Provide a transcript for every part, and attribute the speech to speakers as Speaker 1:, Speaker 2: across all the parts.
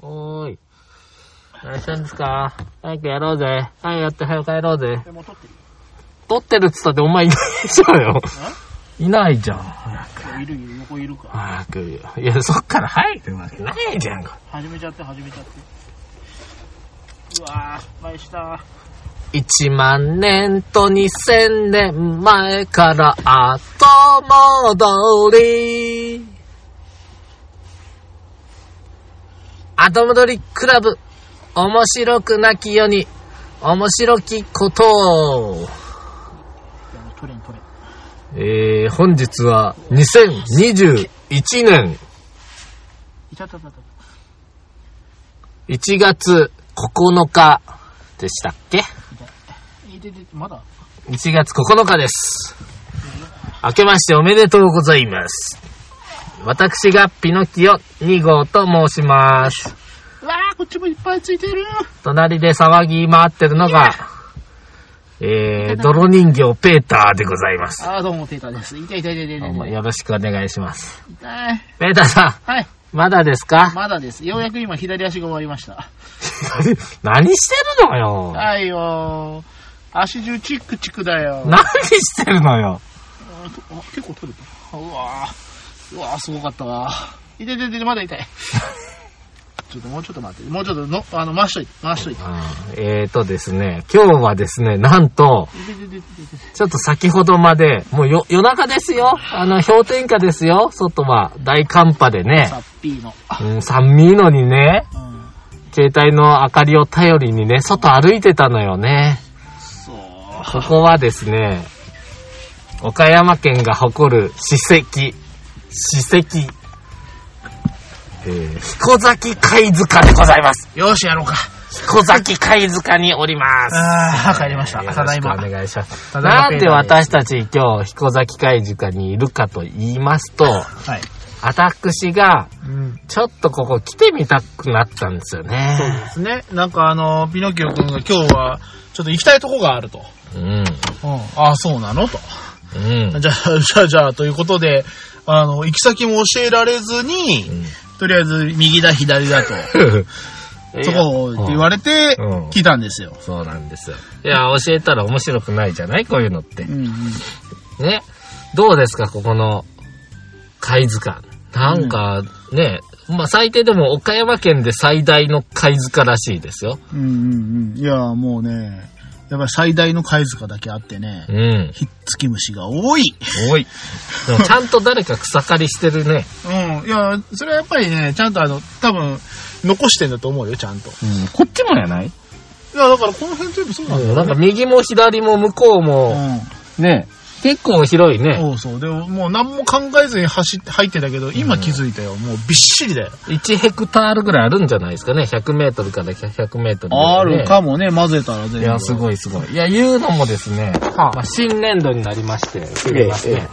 Speaker 1: おーい。何してんですか早くやろうぜ。はい、やって早く帰ろうぜ。
Speaker 2: でも撮ってるよ
Speaker 1: 撮ってるっつったってお前いないでしょうよ。いないじゃん。
Speaker 2: いるいる横いるか
Speaker 1: 早
Speaker 2: ら
Speaker 1: く。いや、そっから入るわけないじゃんか。
Speaker 2: 始めちゃって始めちゃってうわー失敗した
Speaker 1: 1万年と2000年前から後戻り。後戻りクラブ。面白くなきように、面白きことを。
Speaker 2: いやもう取れん取れん
Speaker 1: えー、本日は2021年
Speaker 2: いたたたたた
Speaker 1: 1月9日でしたっけ
Speaker 2: いたえででまだ
Speaker 1: ?1 月9日です。明けましておめでとうございます。私がピノキオ2号と申します。
Speaker 2: うわーこっちもいっぱいついてる
Speaker 1: 隣で騒ぎ回ってるのが、えー、泥人形ペーターでございます。
Speaker 2: あーどうもテータです痛い痛い痛い痛い
Speaker 1: ど
Speaker 2: 痛
Speaker 1: う
Speaker 2: い
Speaker 1: も
Speaker 2: 痛い
Speaker 1: よろしくお願いします。
Speaker 2: 痛い
Speaker 1: ペーターさ
Speaker 2: はい
Speaker 1: ん、まだですか
Speaker 2: まだですようやく今左足が終わりました
Speaker 1: 何してるのよ
Speaker 2: はいよー足中チックチクだよ
Speaker 1: 何してるのよ
Speaker 2: あとあ結構取れたうわーうわーすごかったわ痛い痛い痛いまだ痛い ちょっともうちょっと待ってもうちょっとのあの回しといて回しといて
Speaker 1: うんえーとですね、今日はですね、なんと、
Speaker 2: 痛い痛い痛い痛い
Speaker 1: ちょっと先ほどまで、もうよ夜中ですよ。あの、氷点下ですよ。外は大寒波でね
Speaker 2: さ、っぴーの
Speaker 1: うん、寒いのにね、
Speaker 2: うん
Speaker 1: 携帯の明かりを頼りにね、外歩いてたのよね。
Speaker 2: そう
Speaker 1: ここはですね、岡山県が誇る史跡、史跡、えー、彦崎貝塚でございます。
Speaker 2: よしやろうか
Speaker 1: 彦崎貝塚におります。
Speaker 2: ああ帰りました
Speaker 1: よろ
Speaker 2: ただい
Speaker 1: しく
Speaker 2: ま
Speaker 1: お願いします。
Speaker 2: ただいま
Speaker 1: なんで私たち今日、彦崎海塚にいるかと言いますと、
Speaker 2: はい、
Speaker 1: 私が、
Speaker 2: うん、
Speaker 1: ちょっとここ来てみたくなったんですよ
Speaker 2: そう
Speaker 1: ね。
Speaker 2: ですねなんかあのピノキオ君が今日はちょっと行きたいとこがあると、
Speaker 1: うん。
Speaker 2: うん、ああそうなのと
Speaker 1: うん。
Speaker 2: じゃあじゃあじゃあということであの行き先も教えられずに、
Speaker 1: ん
Speaker 2: とりあえず右だ左だとそこをって言われて
Speaker 1: うん
Speaker 2: 来たんですよ、
Speaker 1: そうなんですよ。いや、教えたら面白くないじゃないこういうのって
Speaker 2: う。んうん、
Speaker 1: ね。どうですかここの、貝塚。なんか、ね、まあ、最低でも岡山県で最大の貝塚らしいですよ。
Speaker 2: うんうんうんいやもうねやっぱり最大の貝塚だけあってね
Speaker 1: うん。
Speaker 2: ひっつき虫が多い
Speaker 1: おい。でもちゃんと誰か草刈りしてるね。
Speaker 2: うん。いや、それはやっぱりね、ちゃんとあの、多分、残してんだと思うよ、ちゃんと。い
Speaker 1: こっちもやない
Speaker 2: や、だからこの辺全部そうなんだよ、ね。
Speaker 1: なんか右も左も向こうも、ね、結構広い
Speaker 2: うん。
Speaker 1: ね。
Speaker 2: そうそう。でも、もう何も考えずに走って、入ってたけど、今気づいたよ。もうびっしりだよ。
Speaker 1: 1ヘクタールぐらいあるんじゃないですかね。100メートルから100メートル、
Speaker 2: もね、混ぜたら全
Speaker 1: いや、す
Speaker 2: い。
Speaker 1: ごいすごい。いや、言うのもですね、
Speaker 2: はあ
Speaker 1: まあ、新年度になりまして、すみません
Speaker 2: ええ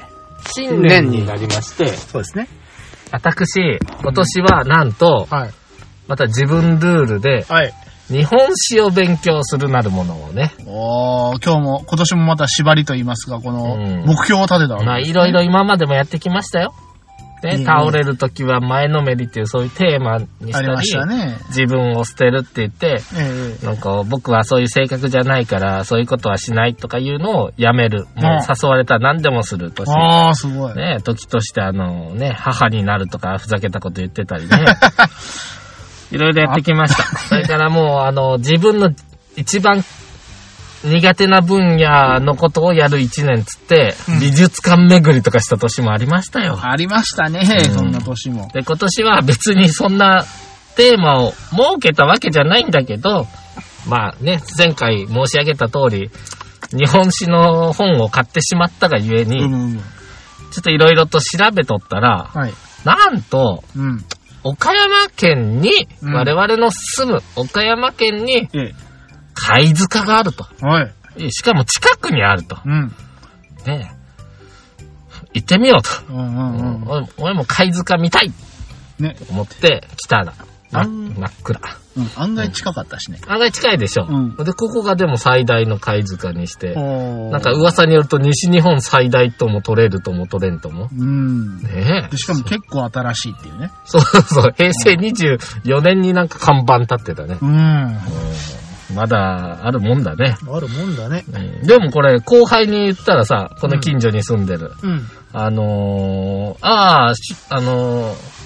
Speaker 1: 新年になりまして、
Speaker 2: そうですね。
Speaker 1: 私、今年はなんと、
Speaker 2: はい。
Speaker 1: また自分ルールで、
Speaker 2: はい。
Speaker 1: 日本史を勉強するなるものをね、
Speaker 2: おー、今日も、今年もまた縛りと言いますか、この
Speaker 1: うん、
Speaker 2: 目標を立てたわけです、
Speaker 1: まあ、いろいろ今までもやってきましたよ。
Speaker 2: いい
Speaker 1: ね、
Speaker 2: ね
Speaker 1: 倒れるときは前のめりっていうそういうテーマにし
Speaker 2: あ
Speaker 1: た
Speaker 2: り
Speaker 1: り、
Speaker 2: ましたね。
Speaker 1: 自分を捨てるって言って、
Speaker 2: ええ
Speaker 1: なんか僕はそういう性格じゃないから、そういうことはしないとかいうのをやめる。もう
Speaker 2: ね
Speaker 1: 誘われたら何でもするとし、
Speaker 2: あー、すごい。
Speaker 1: ね、時としてあのね、母になるとかふざけたこと言ってたり ね。いろいろやってきました。それからもうあの、自分の一番苦手な分野のことをやる一年つって、美術館巡りとかした年もありましたよ。
Speaker 2: ありましたね、
Speaker 1: うん
Speaker 2: そんな年も。
Speaker 1: で、今年は別にそんなテーマを設けたわけじゃないんだけど、まあね、前回申し上げた通り、日本史の本を買ってしまったがゆえ
Speaker 2: う
Speaker 1: に、
Speaker 2: んうんうん。
Speaker 1: ちょっといろいろと調べとったら、
Speaker 2: はい。
Speaker 1: なんと、
Speaker 2: うん。
Speaker 1: 岡山県に、
Speaker 2: うん
Speaker 1: 我々の住む岡山県に
Speaker 2: え
Speaker 1: 貝塚があると。
Speaker 2: え。はい。
Speaker 1: しかも近くにあると。
Speaker 2: うん。
Speaker 1: ねえ行ってみようと。
Speaker 2: うんうんうん。
Speaker 1: 俺俺も貝塚見たい
Speaker 2: ね。
Speaker 1: と思って来たら、な
Speaker 2: あん
Speaker 1: 真っ暗。
Speaker 2: うん、案外近かったしね。
Speaker 1: 案外近いでしょ。
Speaker 2: うん
Speaker 1: で、ここがでも最大の貝塚にして、
Speaker 2: おー
Speaker 1: なんか、噂によると西日本最大とも取れるとも取れんとも。
Speaker 2: うん。
Speaker 1: ねえ
Speaker 2: で、。しかも結構新しいっていうね。
Speaker 1: そうそう、平成24年になんか看板立ってたね。
Speaker 2: うん。あ
Speaker 1: まだあるもんだね。
Speaker 2: るもんだね。
Speaker 1: うんでもこれ、後輩に言ったらさ、この近所に住んでる。
Speaker 2: うん。
Speaker 1: あのー、ああ、しあのー、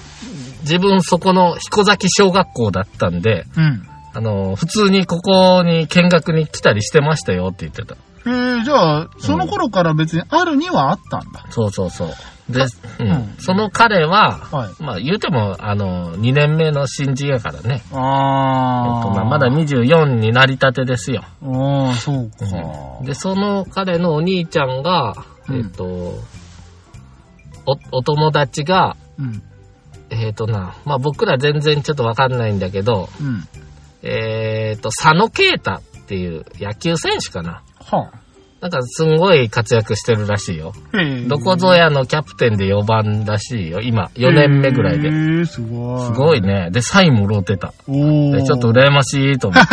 Speaker 1: 自分そこの彦崎小学校だったんで、
Speaker 2: うん。
Speaker 1: あのー、普通にここに見学に来たりしてましたよって言ってた。
Speaker 2: えー、じゃあ、その頃から別にあるにはあったんだ。
Speaker 1: そうそうそう。で、うん
Speaker 2: うん
Speaker 1: その彼は、
Speaker 2: はい。
Speaker 1: まあ言うても、あのー、2年目の新人やからね。えっと
Speaker 2: あー。
Speaker 1: まあまだ24になりたてですよ。
Speaker 2: ああ、そうか。
Speaker 1: で、その彼のお兄ちゃんが、
Speaker 2: うん
Speaker 1: えっと、お、お友達が、
Speaker 2: うん。
Speaker 1: えっ、とな、まあ僕ら全然ちょっとわかんないんだけど、
Speaker 2: うん。
Speaker 1: えっ、と、佐野啓太っていう野球選手かな。
Speaker 2: は
Speaker 1: なんかすんごい活躍してるらしいよ。
Speaker 2: あ。へえ。
Speaker 1: どこぞやのキャプテンで4番らしいよ。今、4年目ぐらいで。
Speaker 2: へえ、すごい。
Speaker 1: すご
Speaker 2: い。
Speaker 1: いね。で、サインもろうてた。
Speaker 2: お
Speaker 1: で
Speaker 2: お。
Speaker 1: ちょっと羨ましいと思って。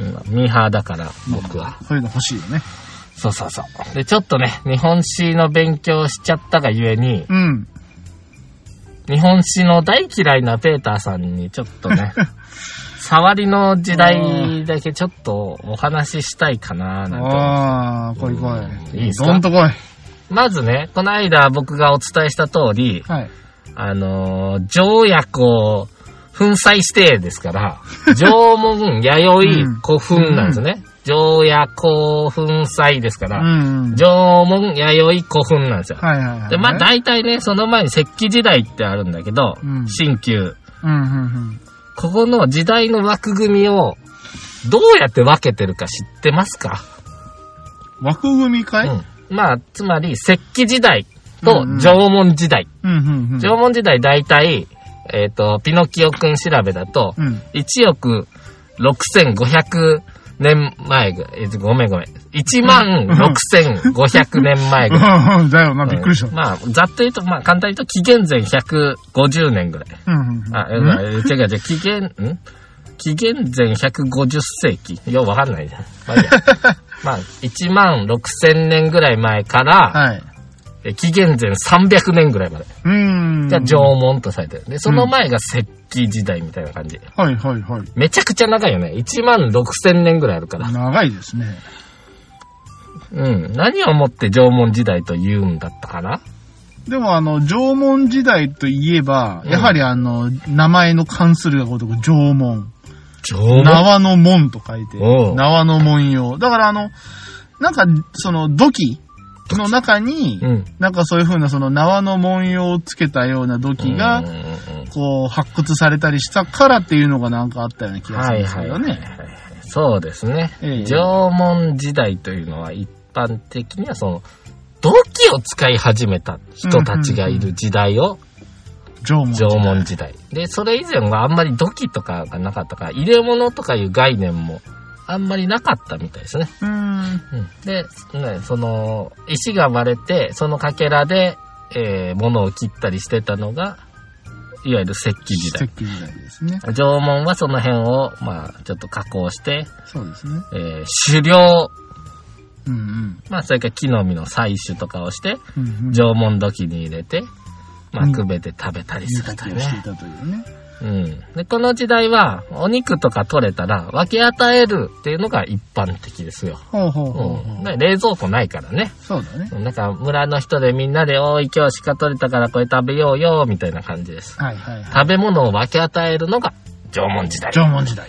Speaker 1: うんミーハーだから、僕は。
Speaker 2: そういうの欲しいよね。
Speaker 1: そうそうそう。で、ちょっとね、日本史の勉強しちゃったがゆえに、
Speaker 2: うん。
Speaker 1: 日本史の大嫌いなペーターさんにちょっと ね、触りの時代だけちょっとお話ししたいかななんて思う
Speaker 2: ああ、来
Speaker 1: う
Speaker 2: い
Speaker 1: ん
Speaker 2: 来い。
Speaker 1: いいっすか
Speaker 2: どんと来い。
Speaker 1: まずね、この間僕がお伝えした通り、
Speaker 2: はい。
Speaker 1: あのー条約を粉砕してです から、縄文、弥
Speaker 2: う
Speaker 1: 生
Speaker 2: ん、
Speaker 1: 古墳なんですね。条約を粉砕ですか
Speaker 2: う
Speaker 1: ら、
Speaker 2: ん。
Speaker 1: 縄文、弥生、古墳なんですよ。
Speaker 2: はいはいはい。
Speaker 1: で、まあ大体ね、その前に石器時代ってあるんだけど、
Speaker 2: うん
Speaker 1: 新旧。
Speaker 2: うんうん
Speaker 1: ここの時代の枠組みを、どうやって分けてるか知ってますか、
Speaker 2: うん。枠組みかい
Speaker 1: うん。まあ、つまり、石器時代
Speaker 2: う
Speaker 1: と
Speaker 2: んうん
Speaker 1: 縄文時代。
Speaker 2: うんうんうん。
Speaker 1: 縄文時代大体、えっ、と、ピノキオくん調べだと、
Speaker 2: うん。
Speaker 1: 1億6500年前ぐらい、えーごめんごめん。1万6500年前ぐらい。
Speaker 2: うんだよな、 びっくりし
Speaker 1: うん
Speaker 2: た。
Speaker 1: まあ、ざっと言うと、まあ、簡単に言うと、紀元前150年ぐらい。
Speaker 2: うんうんうん。
Speaker 1: あ、え
Speaker 2: うん
Speaker 1: 違う違う、紀元、ん紀元前150世紀ようわかんないじゃん。まあ いいやまあ、1万6000年ぐらい前から、
Speaker 2: はい。
Speaker 1: え紀元前300年ぐらいまで。
Speaker 2: うーん。
Speaker 1: が縄文とされてる。で、その前が石器時代みたいな感じ。
Speaker 2: はいはいはい。
Speaker 1: めちゃくちゃ長いよね。1万6000年ぐらいあるから。
Speaker 2: 長いですね。
Speaker 1: うん。何をもって縄文時代と言うんだったかな
Speaker 2: でもあの、縄文時代といえば、
Speaker 1: うん
Speaker 2: やはりあの、名前の関するがごとく縄文。
Speaker 1: 縄文
Speaker 2: 縄の門と書いて、
Speaker 1: おう
Speaker 2: 縄の文様。だからあの、なんか、その土器の中に、
Speaker 1: うん。
Speaker 2: なんかそういう風なその縄の文様をつけたような土器が、
Speaker 1: うんうんうん
Speaker 2: こう発掘されたりしたからっていうのがなんかあったような気がするんですけど
Speaker 1: はい
Speaker 2: ね。
Speaker 1: そうですね。
Speaker 2: ええ
Speaker 1: 縄文時代というのは一般的にはその土器を使い始めた人たちがいる時代を
Speaker 2: 縄文時
Speaker 1: 縄
Speaker 2: 代。
Speaker 1: 文時代。で、それ以前はあんまり土器とかがなかったから、入れ物とかいう概念もあんまりなかったみたいですね。
Speaker 2: うん。
Speaker 1: うん、で、ね、その石が割れて、そのかけらで、えー物を切ったりしてたのが、いわゆる石器時
Speaker 2: 石
Speaker 1: 代。
Speaker 2: 器時代ですね。
Speaker 1: 縄文はその辺を、まあ、ちょっと加工して、
Speaker 2: そうですね。
Speaker 1: えー狩猟、
Speaker 2: うんうん。
Speaker 1: まあ、それから木の実の採取とかをして、
Speaker 2: うんうん。
Speaker 1: 縄文土器に入れて、まあ、
Speaker 2: うん
Speaker 1: くべて食べたり
Speaker 2: 水
Speaker 1: す
Speaker 2: か
Speaker 1: ると
Speaker 2: き
Speaker 1: いう
Speaker 2: をしてい
Speaker 1: ね。
Speaker 2: たというね。
Speaker 1: うん。で、この時代は、お肉とか取れたら、分け与えるっていうのが一般的ですよ。
Speaker 2: ほうほうほう
Speaker 1: う
Speaker 2: ほ
Speaker 1: ん。で
Speaker 2: う。
Speaker 1: 冷蔵庫ないからね。
Speaker 2: そうだね。
Speaker 1: なんか、村の人でみんなで、おい、今日鹿取れたからこれ食べようよ、みたいな感じです。
Speaker 2: はいはいはい。
Speaker 1: 食べ物を分け与えるのが、縄文時代。
Speaker 2: 縄文時代。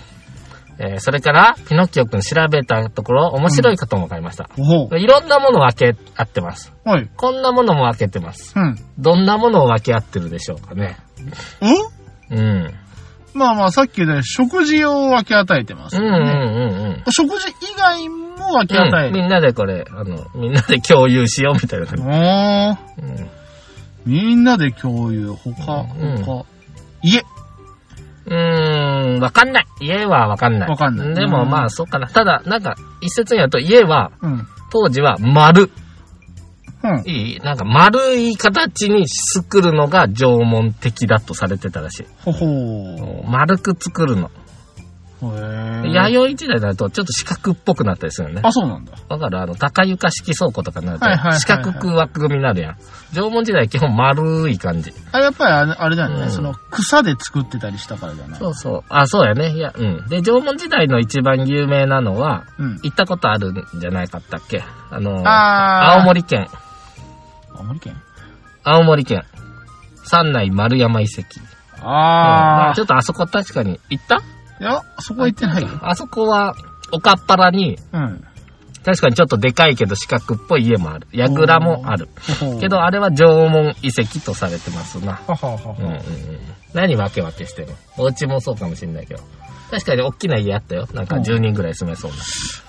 Speaker 1: えーそれから、ピノッキオくん調べたところ、面白いことも分かりました。
Speaker 2: ほう。
Speaker 1: いろんなものを分け合ってます。
Speaker 2: はい。
Speaker 1: こんなものも分けてます。
Speaker 2: うん。
Speaker 1: どんなものを分け合ってるでしょうかね。
Speaker 2: お
Speaker 1: うん。うん
Speaker 2: まあまあ、さっき言ったように食事を分け与えてます
Speaker 1: うんう
Speaker 2: よ
Speaker 1: ん
Speaker 2: ね。
Speaker 1: うん
Speaker 2: 食事以外も分け与
Speaker 1: う
Speaker 2: え
Speaker 1: ん。
Speaker 2: る。
Speaker 1: みんなでこれ、あの、みんなで共有しようみたいな感じ。
Speaker 2: おー。
Speaker 1: うん
Speaker 2: みんなで共有。他、
Speaker 1: うん
Speaker 2: 他。家。
Speaker 1: うーん、わかんない。家はわかんない。
Speaker 2: わかんない
Speaker 1: で
Speaker 2: う
Speaker 1: も
Speaker 2: ん
Speaker 1: まあ、そうかな。ただ、なんか、一説によると、家は、
Speaker 2: うん。
Speaker 1: 当時は丸。
Speaker 2: うん。
Speaker 1: いいなんか丸い形に作るのが縄文的だとされてたらしい。
Speaker 2: ほほー。
Speaker 1: 丸く作るの。
Speaker 2: へえ。
Speaker 1: 弥生時代になるとちょっと四角っぽくなったりするよね。
Speaker 2: あ、そうなんだ。
Speaker 1: だから、あの、高床式倉庫とかになると
Speaker 2: はいはいはいは、い
Speaker 1: 四角く枠組みになるやん。縄文時代基本丸い感じ。
Speaker 2: あ、やっぱりあれあれだよ
Speaker 1: う
Speaker 2: ね、
Speaker 1: ん
Speaker 2: その、草で作ってたりしたからじゃない。
Speaker 1: そうそう。あ、そうやね。いや、うん。で、縄文時代の一番有名なのは、
Speaker 2: うん。
Speaker 1: 行ったことあるんじゃないかったっけあの、
Speaker 2: あー
Speaker 1: 青森県。
Speaker 2: 青森県
Speaker 1: 青森県。三内丸山遺跡。うんま
Speaker 2: あ
Speaker 1: ちょっとあそこ確かに行った
Speaker 2: ー。いや、そこは行ってないよ。
Speaker 1: あそこは、岡っ腹に、
Speaker 2: うん。
Speaker 1: 確かにちょっとでかいけど四角っぽい家もある。櫓もある。
Speaker 2: ほほー
Speaker 1: けど、、あれは縄文遺跡とされてますな。
Speaker 2: ははは
Speaker 1: うんうんうん。何わけわけしてるのお家もそうかもしんないけど。確かに大きな家あったよ。なんか
Speaker 2: うん
Speaker 1: 10人ぐらい住めそう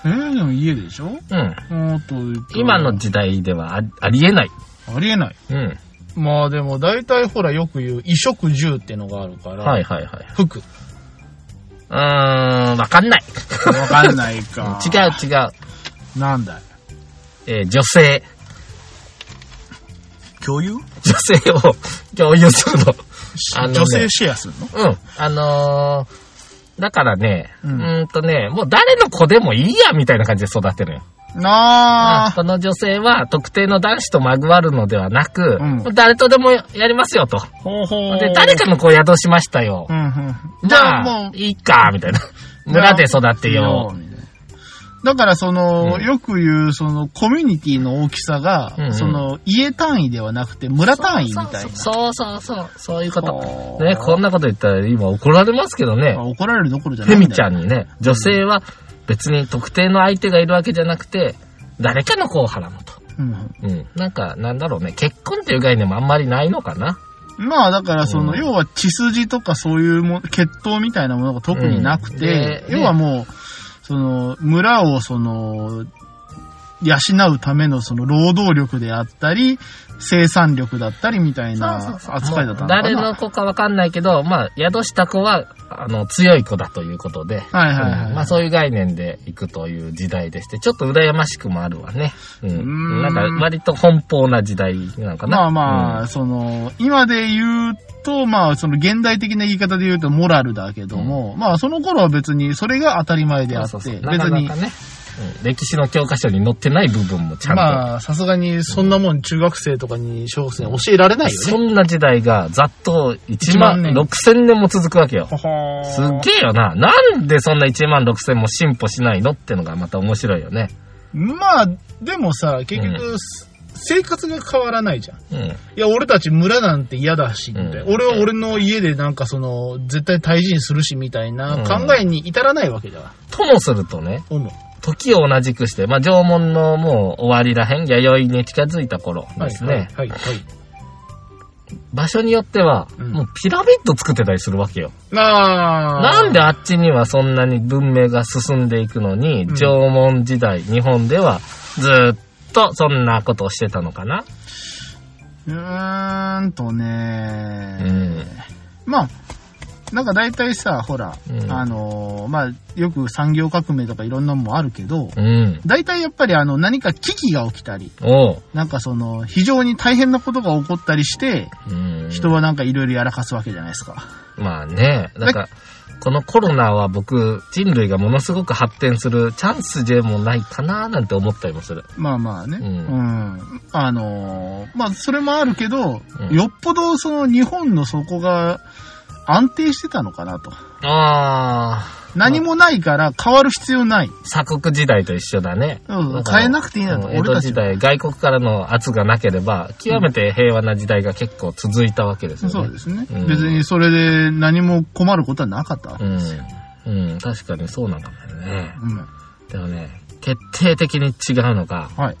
Speaker 2: えー、でも家でしょも
Speaker 1: な。うん。
Speaker 2: っと言うと
Speaker 1: 今の時代ではあありえない。
Speaker 2: ありえない。
Speaker 1: うん。
Speaker 2: まあでも大体ほらよく言う衣食住ってのがあるから、
Speaker 1: はいはいはい。
Speaker 2: 服。
Speaker 1: うーん、わかんない。
Speaker 2: わかんないか。
Speaker 1: 違う違う。
Speaker 2: う。なんだよ。
Speaker 1: えー女性。
Speaker 2: 共有、
Speaker 1: 女性を共有するの。あのね
Speaker 2: 女性シェアする
Speaker 1: う
Speaker 2: の
Speaker 1: ん。あのー、だからね、う
Speaker 2: うん
Speaker 1: ーんとね、もう誰の子でもいいや、みたいな感じで育てるよ。
Speaker 2: なあ
Speaker 1: この女性は特定の男子とまぐわるのではなく、
Speaker 2: うん
Speaker 1: もう誰とでもやりますよと。
Speaker 2: ほうほう
Speaker 1: で、誰かの子を宿しましたよ
Speaker 2: う。んうん。じ
Speaker 1: じ
Speaker 2: ゃ
Speaker 1: ゃ
Speaker 2: あ
Speaker 1: あ、
Speaker 2: もう、
Speaker 1: いいか、みたいな。村で育てよ
Speaker 2: みたいなだからその、
Speaker 1: うん
Speaker 2: よく言うそのコミュニティの大きさが、
Speaker 1: うんうん
Speaker 2: その家単位ではなくて村
Speaker 1: う。
Speaker 2: 単位みたいな。
Speaker 1: そうそうそうそう、そういうこと。
Speaker 2: ほう
Speaker 1: ね、こんなこと言ったら今怒られますけどね。
Speaker 2: 怒られるどころじゃな
Speaker 1: フ
Speaker 2: い
Speaker 1: ェ
Speaker 2: んだよ。
Speaker 1: ミちゃんにね、女性は別に特定の相手がいるわけじゃなくて、誰かの子をはらむと。
Speaker 2: うん。
Speaker 1: うん。なんか、なんだろうね、結婚っていう概念もあんまりないのかな。
Speaker 2: まあだからその、
Speaker 1: うん
Speaker 2: 要は血筋とかそういうも血統みたいなものが特になくて、
Speaker 1: うんで
Speaker 2: 要はもう、その村をその、養うためのその労働力であったり、生産力だったりみたいな扱いだったのかな。
Speaker 1: 誰の子かわかんないけど、まあ、宿した子は、あの、強い子だということで。
Speaker 2: はいはいはいはい
Speaker 1: うんまあ、そういう概念で行くという時代でして、ちょっと羨ましくもあるわね。うん。
Speaker 2: ん
Speaker 1: なんか、割と奔放な時代なのかな。
Speaker 2: まあまあ、
Speaker 1: うん
Speaker 2: その、今で言うと、まあ、その現代的な言い方で言うとモラルだけども、まあ、その頃は別に、それが当たり前であって、
Speaker 1: そうそうそう
Speaker 2: 別
Speaker 1: なかな
Speaker 2: に
Speaker 1: か、ね、うん歴史の教科書に載ってない部分もちゃんと。
Speaker 2: まあ、さすがにそんなもん中学生とかに小学生に教えられないよ
Speaker 1: そ
Speaker 2: ね。
Speaker 1: んな時代がざっと1
Speaker 2: 1
Speaker 1: 万
Speaker 2: 万
Speaker 1: 6
Speaker 2: 年
Speaker 1: 千年も続くわけよ。す
Speaker 2: す
Speaker 1: っげえよな。なんでそんな1万6千も進歩しないのってのがまた面白いよね。
Speaker 2: まあ、でもさ、結局、生活が変わらないじゃん。
Speaker 1: うん。
Speaker 2: いや、俺たち村なんて嫌だし、みたいな
Speaker 1: うん
Speaker 2: 俺は俺の家でなんかその、絶対退陣するし、みたいな考えに至らないわけだわ。
Speaker 1: ともするとね、
Speaker 2: 思う。
Speaker 1: 時を同じくして、まあ、縄文のもう終わりらへん、弥生に近づいた頃ですね。
Speaker 2: はい、はい、はい。
Speaker 1: 場所によっては、
Speaker 2: うん
Speaker 1: もうピラミッド作ってたりするわけよ。
Speaker 2: ああ。
Speaker 1: なんであっちにはそんなに文明が進んでいくのに、
Speaker 2: うん
Speaker 1: 縄文時代、日本ではずーっとそんなことをしてたのかな。
Speaker 2: うーんとね
Speaker 1: う、ん。
Speaker 2: まあ、なんか大体さ、ほら、
Speaker 1: うん
Speaker 2: あのー、まあ、よく産業革命とかいろんなのもあるけど、
Speaker 1: うん。
Speaker 2: 大体やっぱりあの、何か危機が起きたり、
Speaker 1: おう。
Speaker 2: なんかその、非常に大変なことが起こったりして、
Speaker 1: うん。
Speaker 2: 人はなんかいろいろやらかすわけじゃないですか。
Speaker 1: まあね、なんか、このコロナは僕、人類がものすごく発展するチャンスでもないかななんて思ったりもする。
Speaker 2: まあまあね。
Speaker 1: う
Speaker 2: うんん。あのー、まあ、それもあるけど、
Speaker 1: うん
Speaker 2: よっぽどその日本の底が安定してたのかなと。
Speaker 1: あ
Speaker 2: 何もないから変わる必要ない。
Speaker 1: あ、鎖国時代と一緒だね。
Speaker 2: う
Speaker 1: だ
Speaker 2: ん、
Speaker 1: から
Speaker 2: 変えなくていいなと、
Speaker 1: うん江戸
Speaker 2: 俺た
Speaker 1: 時
Speaker 2: ちは。
Speaker 1: 代、外国からの圧がなければ、極めて平和な時代が結構続いたわけですよね。
Speaker 2: そうですね、
Speaker 1: うん
Speaker 2: 別にそれで何も困ることはなかったわけですよ。
Speaker 1: うん。うん、確かにそうなのかもね。
Speaker 2: うん。
Speaker 1: でもね、決定的に違うのが、
Speaker 2: はい。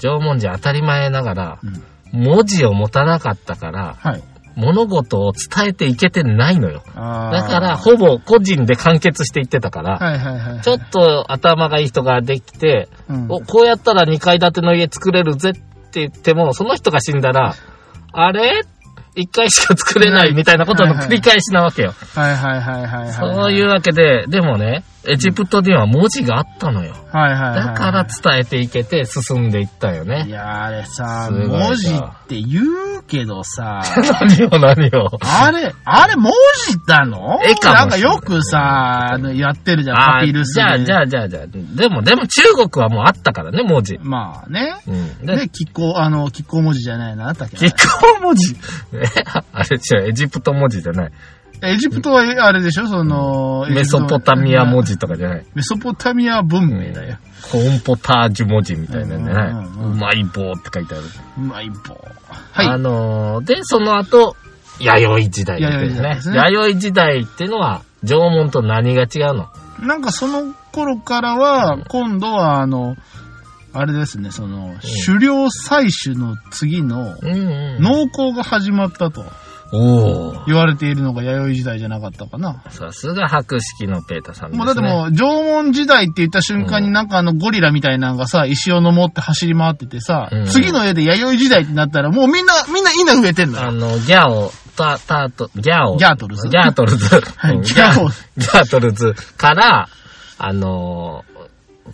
Speaker 1: 縄文人当たり前ながら
Speaker 2: う、ん。
Speaker 1: 文字を持たなかったから、
Speaker 2: はい。
Speaker 1: 物事を伝えていけてないのよ。
Speaker 2: あー
Speaker 1: だから、、ほぼ個人で完結していってたから、
Speaker 2: はいはいはい。
Speaker 1: ちょっと頭がいい人ができて、
Speaker 2: うん、
Speaker 1: お、こうやったら2階建ての家作れるぜって言っても、その人が死んだら、あれ ?1 回しか作れないみたいなことの繰り返しなわけよ。
Speaker 2: はいはいはいはいはい。
Speaker 1: そういうわけで、でもね、エジプトには文字があったのよ。
Speaker 2: はいはいはいはい。
Speaker 1: だから伝えていけて進んでいったよ
Speaker 2: い
Speaker 1: ね。
Speaker 2: やーあれさ、
Speaker 1: すごいな
Speaker 2: 文字って言うけどさ、
Speaker 1: 何を何を。
Speaker 2: あれ、あれ文字なの
Speaker 1: 絵かもしれない
Speaker 2: なんかよくさ、あのやってるじゃん、
Speaker 1: あ
Speaker 2: パ
Speaker 1: ー
Speaker 2: ピル
Speaker 1: じ
Speaker 2: スで。
Speaker 1: ゃあ、じゃあ、じゃあ、じゃあ。でも、でも中国はもうあったからね、文字。
Speaker 2: まあね。
Speaker 1: うん。で、
Speaker 2: ね、亀甲、あの、亀甲文字じゃないな、だっ
Speaker 1: 気
Speaker 2: け
Speaker 1: 候文字。 えあれ違う、エジプト文字じゃない。
Speaker 2: エジプトはあれでしょその、
Speaker 1: メソポタミア文
Speaker 2: 字。
Speaker 1: 字とかじゃない。
Speaker 2: メソポタミア文明だよ。
Speaker 1: コーンポタージュ文字みたいなんじゃない。
Speaker 2: うんうんうん
Speaker 1: うまい棒って書いてある。
Speaker 2: うまい棒。はい。
Speaker 1: あのーで、その後、弥生時代ですね
Speaker 2: 弥生時代で。すね
Speaker 1: 弥生時代っていうのは、縄文と何が違うの
Speaker 2: なんかその頃からは、今度はあの、あれですね、その、狩猟採取の次の
Speaker 1: うんうん。
Speaker 2: 農耕が始まったと
Speaker 1: おー
Speaker 2: 言われているのが弥生時代じゃなかったかな。
Speaker 1: さすが博識のペータさんですね。
Speaker 2: もうだってもう、縄文時代って言った瞬間
Speaker 1: う
Speaker 2: になんかあのゴリラみたいなのがさ、石を登って走り回っててさ、
Speaker 1: うん
Speaker 2: 次の絵で弥生時代ってなったらもうみんな、みんな稲植えてんだ
Speaker 1: あ
Speaker 2: よ。
Speaker 1: の、ギャオ、タ、タート、ギャオ。
Speaker 2: ギャートルズ
Speaker 1: ギャートルズ。
Speaker 2: い
Speaker 1: うん
Speaker 2: ギャオ。
Speaker 1: ギャートルズから、あのー、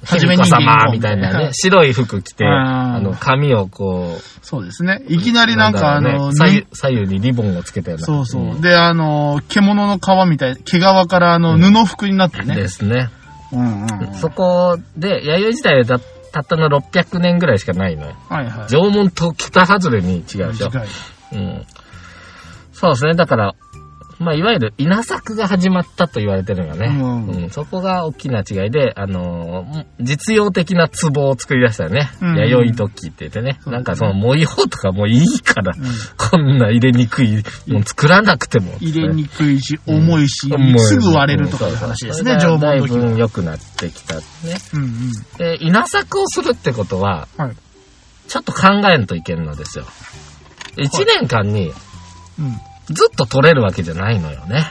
Speaker 2: はじめ
Speaker 1: 卑
Speaker 2: に
Speaker 1: 弥呼様
Speaker 2: 貧乏
Speaker 1: みたいな
Speaker 2: はい
Speaker 1: ね、白い服着て、
Speaker 2: あー
Speaker 1: あの、髪をこう、
Speaker 2: そうですね。いきなりなんかあ
Speaker 1: だろう
Speaker 2: の、
Speaker 1: ね左右左右にリボンをつけたような。
Speaker 2: そうそう。
Speaker 1: ん
Speaker 2: で、あの、獣の皮みたい、毛皮からあの、布服になってね
Speaker 1: で。すね。
Speaker 2: うんうんうん。
Speaker 1: そこで、弥生時代はだたったの600年ぐらいしかないのよ。
Speaker 2: はいはい。
Speaker 1: 縄文と北外れに違うでしょ。
Speaker 2: 短い。
Speaker 1: うん。そうですね。だから、まあ、いわゆる稲作が始まったと言われてるのがね、
Speaker 2: うん
Speaker 1: そこが大きな違いで、あのー実用的な壺を作り出したよね。
Speaker 2: うん
Speaker 1: 弥生時って言ってね。
Speaker 2: そうですね
Speaker 1: なんかその模様とかもういいから、
Speaker 2: うん
Speaker 1: こんな入れにくいもん作らなくても。
Speaker 2: 入れにくいし、
Speaker 1: うん
Speaker 2: 重いし、
Speaker 1: もう
Speaker 2: すぐ割れるとかいう話ですね、
Speaker 1: うん
Speaker 2: 縄
Speaker 1: そうそう
Speaker 2: 文の
Speaker 1: それがだい
Speaker 2: 時
Speaker 1: ぶ良くなってきたね。
Speaker 2: うんうん。
Speaker 1: で、稲作をするってことは、
Speaker 2: はい。
Speaker 1: ちょっと考えんといけんのですよ。一年間に
Speaker 2: うん。
Speaker 1: ずっと取れるわけじゃないのよね。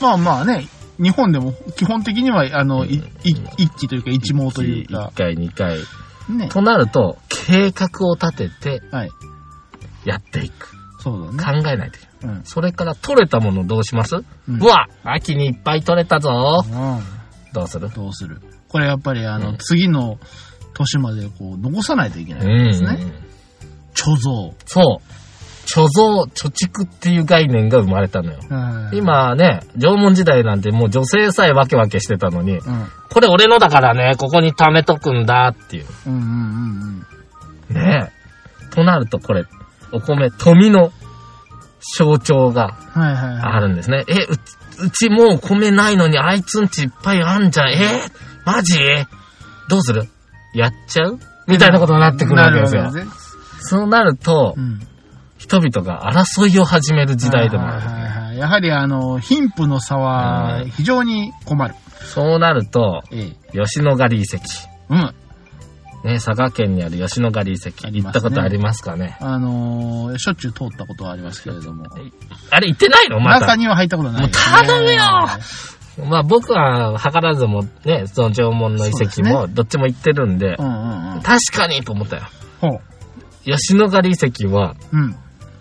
Speaker 2: まあまあね、日本でも基本的には、あの、いい一期というか一毛という
Speaker 1: 1
Speaker 2: か、
Speaker 1: 回、2回。
Speaker 2: ね。
Speaker 1: となると、計画を立てて
Speaker 2: はい。
Speaker 1: やっていく。
Speaker 2: そうだね。
Speaker 1: 考えないといけない。
Speaker 2: うん。
Speaker 1: それから取れたものどうします、う
Speaker 2: うん
Speaker 1: わ秋にいっぱい取れたぞ
Speaker 2: うん
Speaker 1: どうする
Speaker 2: どうするこれやっぱり、あの、
Speaker 1: うん
Speaker 2: 次の年までこう、残さないといけ
Speaker 1: う
Speaker 2: なんいですね。
Speaker 1: うん
Speaker 2: 貯蔵。
Speaker 1: そう。貯蔵、貯蓄っていう概念が生まれたのよ。
Speaker 2: うん。
Speaker 1: 今ね、縄文時代なんてもう女性さえわけわけしてたのに、
Speaker 2: うん。
Speaker 1: これ俺のだからね、ここに貯めとくんだっていう。
Speaker 2: うんうんうんうん。
Speaker 1: ねえ。となるとこれ、お米、富の象徴が
Speaker 2: はいはいはい。
Speaker 1: あるんですね。え、うち、うちもう米ないのにあいつんちいっぱいあんじゃん。えーマジどうするやっちゃうみたいなことになってくるわけですよ
Speaker 2: な。るわけで
Speaker 1: そうなると
Speaker 2: す、ねうん。
Speaker 1: 人々が争いを始める時代でも
Speaker 2: はいはい
Speaker 1: あ
Speaker 2: はいはいやはりあの、貧富の差は
Speaker 1: うん
Speaker 2: 非常に困る。
Speaker 1: る。そうなると、
Speaker 2: ええ。
Speaker 1: 吉野ヶ里遺跡。
Speaker 2: うん。
Speaker 1: ね、佐賀県にある吉野ヶ里遺跡。
Speaker 2: あり
Speaker 1: 行
Speaker 2: ますね
Speaker 1: ったことありますかね
Speaker 2: あのーしょっちゅう通ったことはありますけれども。
Speaker 1: あれ行ってないのま
Speaker 2: 中
Speaker 1: だ。
Speaker 2: には入ったことないです、
Speaker 1: もう頼むよまあ僕は図らずもね、その縄文の遺
Speaker 2: そうです
Speaker 1: 跡
Speaker 2: ね
Speaker 1: もどっちも行ってるんで、
Speaker 2: うんうんうん。
Speaker 1: 確かにと思ったよ。
Speaker 2: ほう。
Speaker 1: 吉野ヶ里遺跡は、
Speaker 2: うん。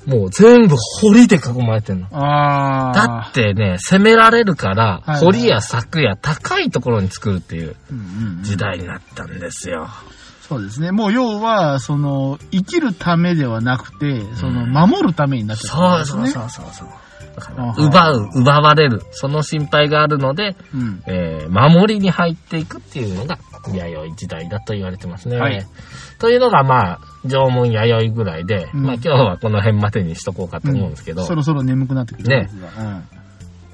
Speaker 1: もう全部堀で囲まれてんの。
Speaker 2: あー。
Speaker 1: だってね、攻められるから、
Speaker 2: はいはい
Speaker 1: 堀や柵や高いところに作るっていう
Speaker 2: うんうんうん、
Speaker 1: 時代になったんですよ。
Speaker 2: そうですね。もう要は、その、生きるためではなくて、その、守るためになっちゃったん
Speaker 1: そう
Speaker 2: ですね。
Speaker 1: そうそうそうそう。だか
Speaker 2: あ
Speaker 1: ら
Speaker 2: は
Speaker 1: 奪う、奪われる。その心配があるので、
Speaker 2: うん。
Speaker 1: えー守りに入っていくっていうのが、弥生時代だと言われてますね。
Speaker 2: はい
Speaker 1: というのが、まあ、縄文弥生ぐらいで、
Speaker 2: うん
Speaker 1: まあ今日はこの辺までにしとこうかと思うんですけど、
Speaker 2: そろそろ眠くなってきて
Speaker 1: ね
Speaker 2: 僕が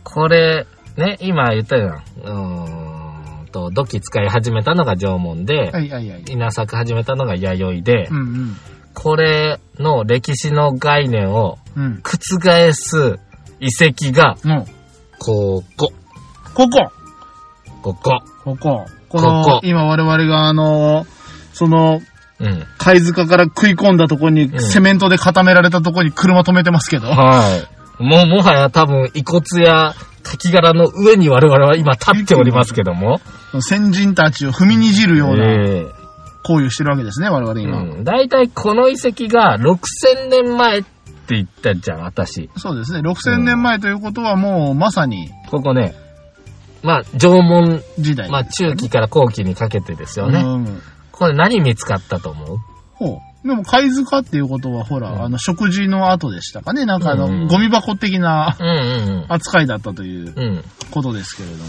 Speaker 1: これ、ね、今言ったような、うーんと、土器使い始めたのが縄文で、
Speaker 2: うん。はいはいはい。
Speaker 1: 稲作始めたのが弥生で、
Speaker 2: うんうん。
Speaker 1: これの歴史の概念を
Speaker 2: うん。
Speaker 1: 覆す遺跡が、
Speaker 2: の、
Speaker 1: ここ、
Speaker 2: ここ
Speaker 1: ここ。
Speaker 2: ここ。この、
Speaker 1: ここ
Speaker 2: 今我々があの、その、
Speaker 1: うん。
Speaker 2: 貝塚から食い込んだとこに、
Speaker 1: ん
Speaker 2: セメントで固められたとこに車止めてますけど。
Speaker 1: はい。もう、もはや多分、遺骨や滝柄の上に我々は今立っておりますけども。
Speaker 2: 先人たちを踏みにじるような
Speaker 1: え
Speaker 2: 行為をしてるわけですね、我々
Speaker 1: え
Speaker 2: 今。
Speaker 1: うん。大体この遺跡が6000年前って言ったじゃん、私。
Speaker 2: そうですね。6000年前ということはもうまさに、
Speaker 1: ここね、まあ、縄文、
Speaker 2: 時代。
Speaker 1: まあ、中期から後期にかけてですよね。
Speaker 2: うん。
Speaker 1: これ何見つかったと思う
Speaker 2: ほう。でも、貝塚っていうことは、ほら、あの、食事の後でしたかね。なんか、あの、
Speaker 1: うん
Speaker 2: ゴミ箱的な
Speaker 1: うんうん
Speaker 2: 扱いだったという
Speaker 1: うん。うん。
Speaker 2: ことですけれども。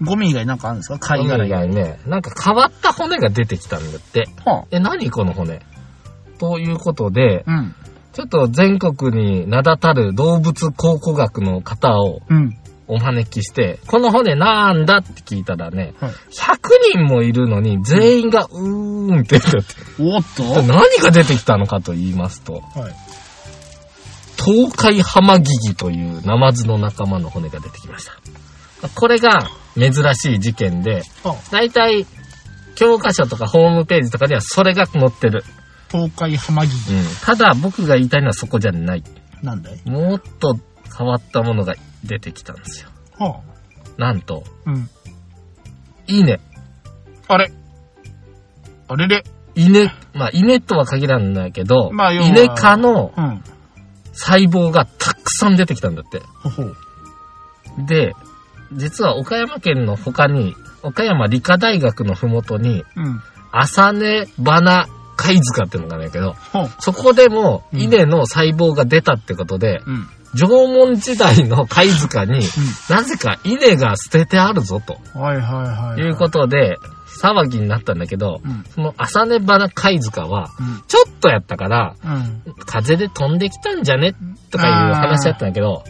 Speaker 2: ゴミ以外なんかあるんですか貝
Speaker 1: 海
Speaker 2: 殻以外。
Speaker 1: 外ね、なんか変わった骨が出てきたんだって。
Speaker 2: は
Speaker 1: え、何この骨ということで、
Speaker 2: あ、うん。
Speaker 1: ちょっと全国に名だたる動物考古学の方を
Speaker 2: うん。
Speaker 1: お招きして、この骨なんだって聞いたらね、
Speaker 2: はい。
Speaker 1: 100人もいるのに全員がうーんって言ってて、
Speaker 2: おっと
Speaker 1: 何が出てきたのかと言いますと、
Speaker 2: はい。
Speaker 1: 東海ハマギギというナマズの仲間の骨が出てきました。これが珍しい事件で、
Speaker 2: あ、
Speaker 1: 大体教科書とかホームページとかにはそれが載ってる。
Speaker 2: 東海浜木
Speaker 1: うん、ただ僕が言いたいのはそこじゃない。
Speaker 2: なんだい
Speaker 1: もっと変わったものが出てきたんですよ。
Speaker 2: は
Speaker 1: なんと、
Speaker 2: あ、うん。
Speaker 1: 稲。
Speaker 2: あれあれれ
Speaker 1: 稲、まあ稲とは限らないけど、
Speaker 2: まあ要は
Speaker 1: 稲科の
Speaker 2: うん。
Speaker 1: 細胞がたくさん出てきたんだって。
Speaker 2: ほほう。
Speaker 1: で、実は岡山県の他に、岡山理科大学のふもとに、
Speaker 2: うん。
Speaker 1: 朝根花貝塚っていうのがあるんだけど、
Speaker 2: ほう。
Speaker 1: そこでも
Speaker 2: うん
Speaker 1: 稲の細胞が出たってことで、
Speaker 2: うん。
Speaker 1: 縄文時代の貝塚に、なぜか稲が捨ててあるぞと
Speaker 2: はいはいはい、はい。
Speaker 1: いうことで、騒ぎになったんだけど、
Speaker 2: うん。
Speaker 1: その朝根花貝塚は、
Speaker 2: うん。
Speaker 1: ちょっとやったから、
Speaker 2: うん。
Speaker 1: 風で飛んできたんじゃねとかいう話だったんだけど、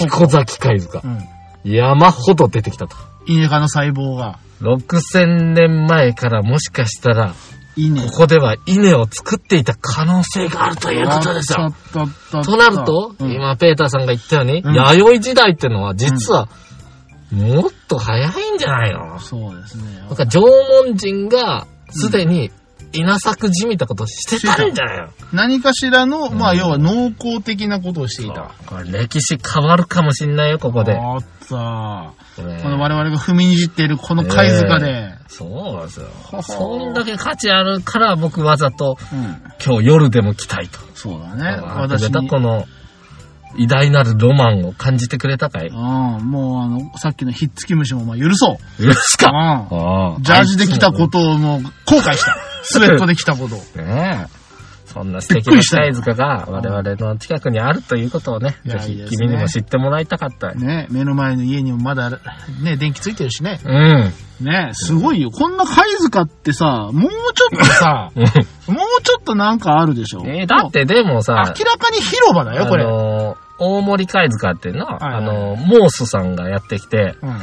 Speaker 1: 彦崎貝塚
Speaker 2: う。ん。
Speaker 1: 山ほど出てきたと。
Speaker 2: イネ科の細胞が、
Speaker 1: 6000年前からもしかしたら、
Speaker 2: イネ。
Speaker 1: ここでは稲を作っていた可能性があるということですよ。
Speaker 2: おっとっとっと
Speaker 1: となると、
Speaker 2: うん
Speaker 1: 今ペーターさんが言ったように、
Speaker 2: うん
Speaker 1: 弥生時代ってのは実は、もっと早いんじゃないの
Speaker 2: そうですね。
Speaker 1: なんか縄文人がすでに稲作じみたことしてたんじゃないの、
Speaker 2: 何かしらの、まあ、
Speaker 1: うん
Speaker 2: 要は農耕的なことをしていた。
Speaker 1: これ歴史変わるかもしんないよ、ここで。
Speaker 2: あった。
Speaker 1: これ
Speaker 2: この我々が踏みにじっているこの貝塚で、
Speaker 1: そうなんですよ
Speaker 2: ほ。ほ
Speaker 1: そんだけ価値あるから僕わざと
Speaker 2: うん。
Speaker 1: 今日夜でも来たいと。
Speaker 2: そうだね。
Speaker 1: あなた
Speaker 2: 私
Speaker 1: 方
Speaker 2: に。
Speaker 1: この偉大なるロマンを感じてくれたかい
Speaker 2: うん、もうあの、さっきのひっつき虫もまあ許そう。
Speaker 1: よしか
Speaker 2: うん。
Speaker 1: ああ
Speaker 2: ジャージで来たことをもう後 悔した。スウェットで来たことを。
Speaker 1: ねえ。そんな素敵な貝塚が我々の近くにあるということをね、
Speaker 2: いや
Speaker 1: ぜ
Speaker 2: いい
Speaker 1: ひ
Speaker 2: ですね
Speaker 1: 君にも知ってもらいたかった。
Speaker 2: ね目の前の家にもまだ、ね電気ついてるしね。
Speaker 1: うん。
Speaker 2: ねすごいよ。こんな貝塚ってさ、もうちょっとさ、もうちょっとなんかあるでしょ。
Speaker 1: えーだってでも
Speaker 2: もう
Speaker 1: さ、
Speaker 2: 明らかに広場だよ、これ。
Speaker 1: あのー大森貝塚っていうのは、
Speaker 2: はいはい
Speaker 1: あのーモースさんがやってきて、
Speaker 2: うん。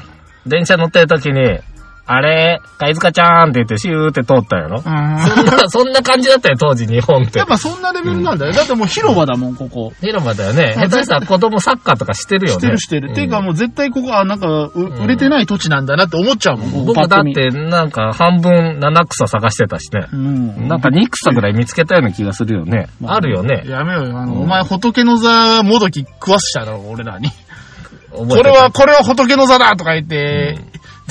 Speaker 1: 電車乗ってる時に、あれ、貝塚ちゃんって言ってシューって通ったや ろ、
Speaker 2: うん。
Speaker 1: そんな、そんな感じだったよ、当時日本って
Speaker 2: やっ。ぱそんなレベルなんだよ。だってもう広場だもん、ここ。
Speaker 1: 広場だよね。
Speaker 2: うん
Speaker 1: 下手したら子供サッカーとかしてるよ
Speaker 2: し
Speaker 1: ね。
Speaker 2: てるしてる。
Speaker 1: うん
Speaker 2: ていうかもう絶対ここはなんか、うん売れてない土地なんだなって思っちゃうもん、ここ
Speaker 1: 僕だ
Speaker 2: パ
Speaker 1: っ
Speaker 2: ッと見。
Speaker 1: てなんか半分七草探してたしね。
Speaker 2: うん。
Speaker 1: なんか2草ぐらい見つけたような気がするよね。
Speaker 2: まあ
Speaker 1: あるよね。
Speaker 2: やめようよ。あ
Speaker 1: う
Speaker 2: の、
Speaker 1: ん
Speaker 2: お前、仏の座もどき食わしたろ、俺らに。
Speaker 1: こ
Speaker 2: これは、これは仏の座だとか言って、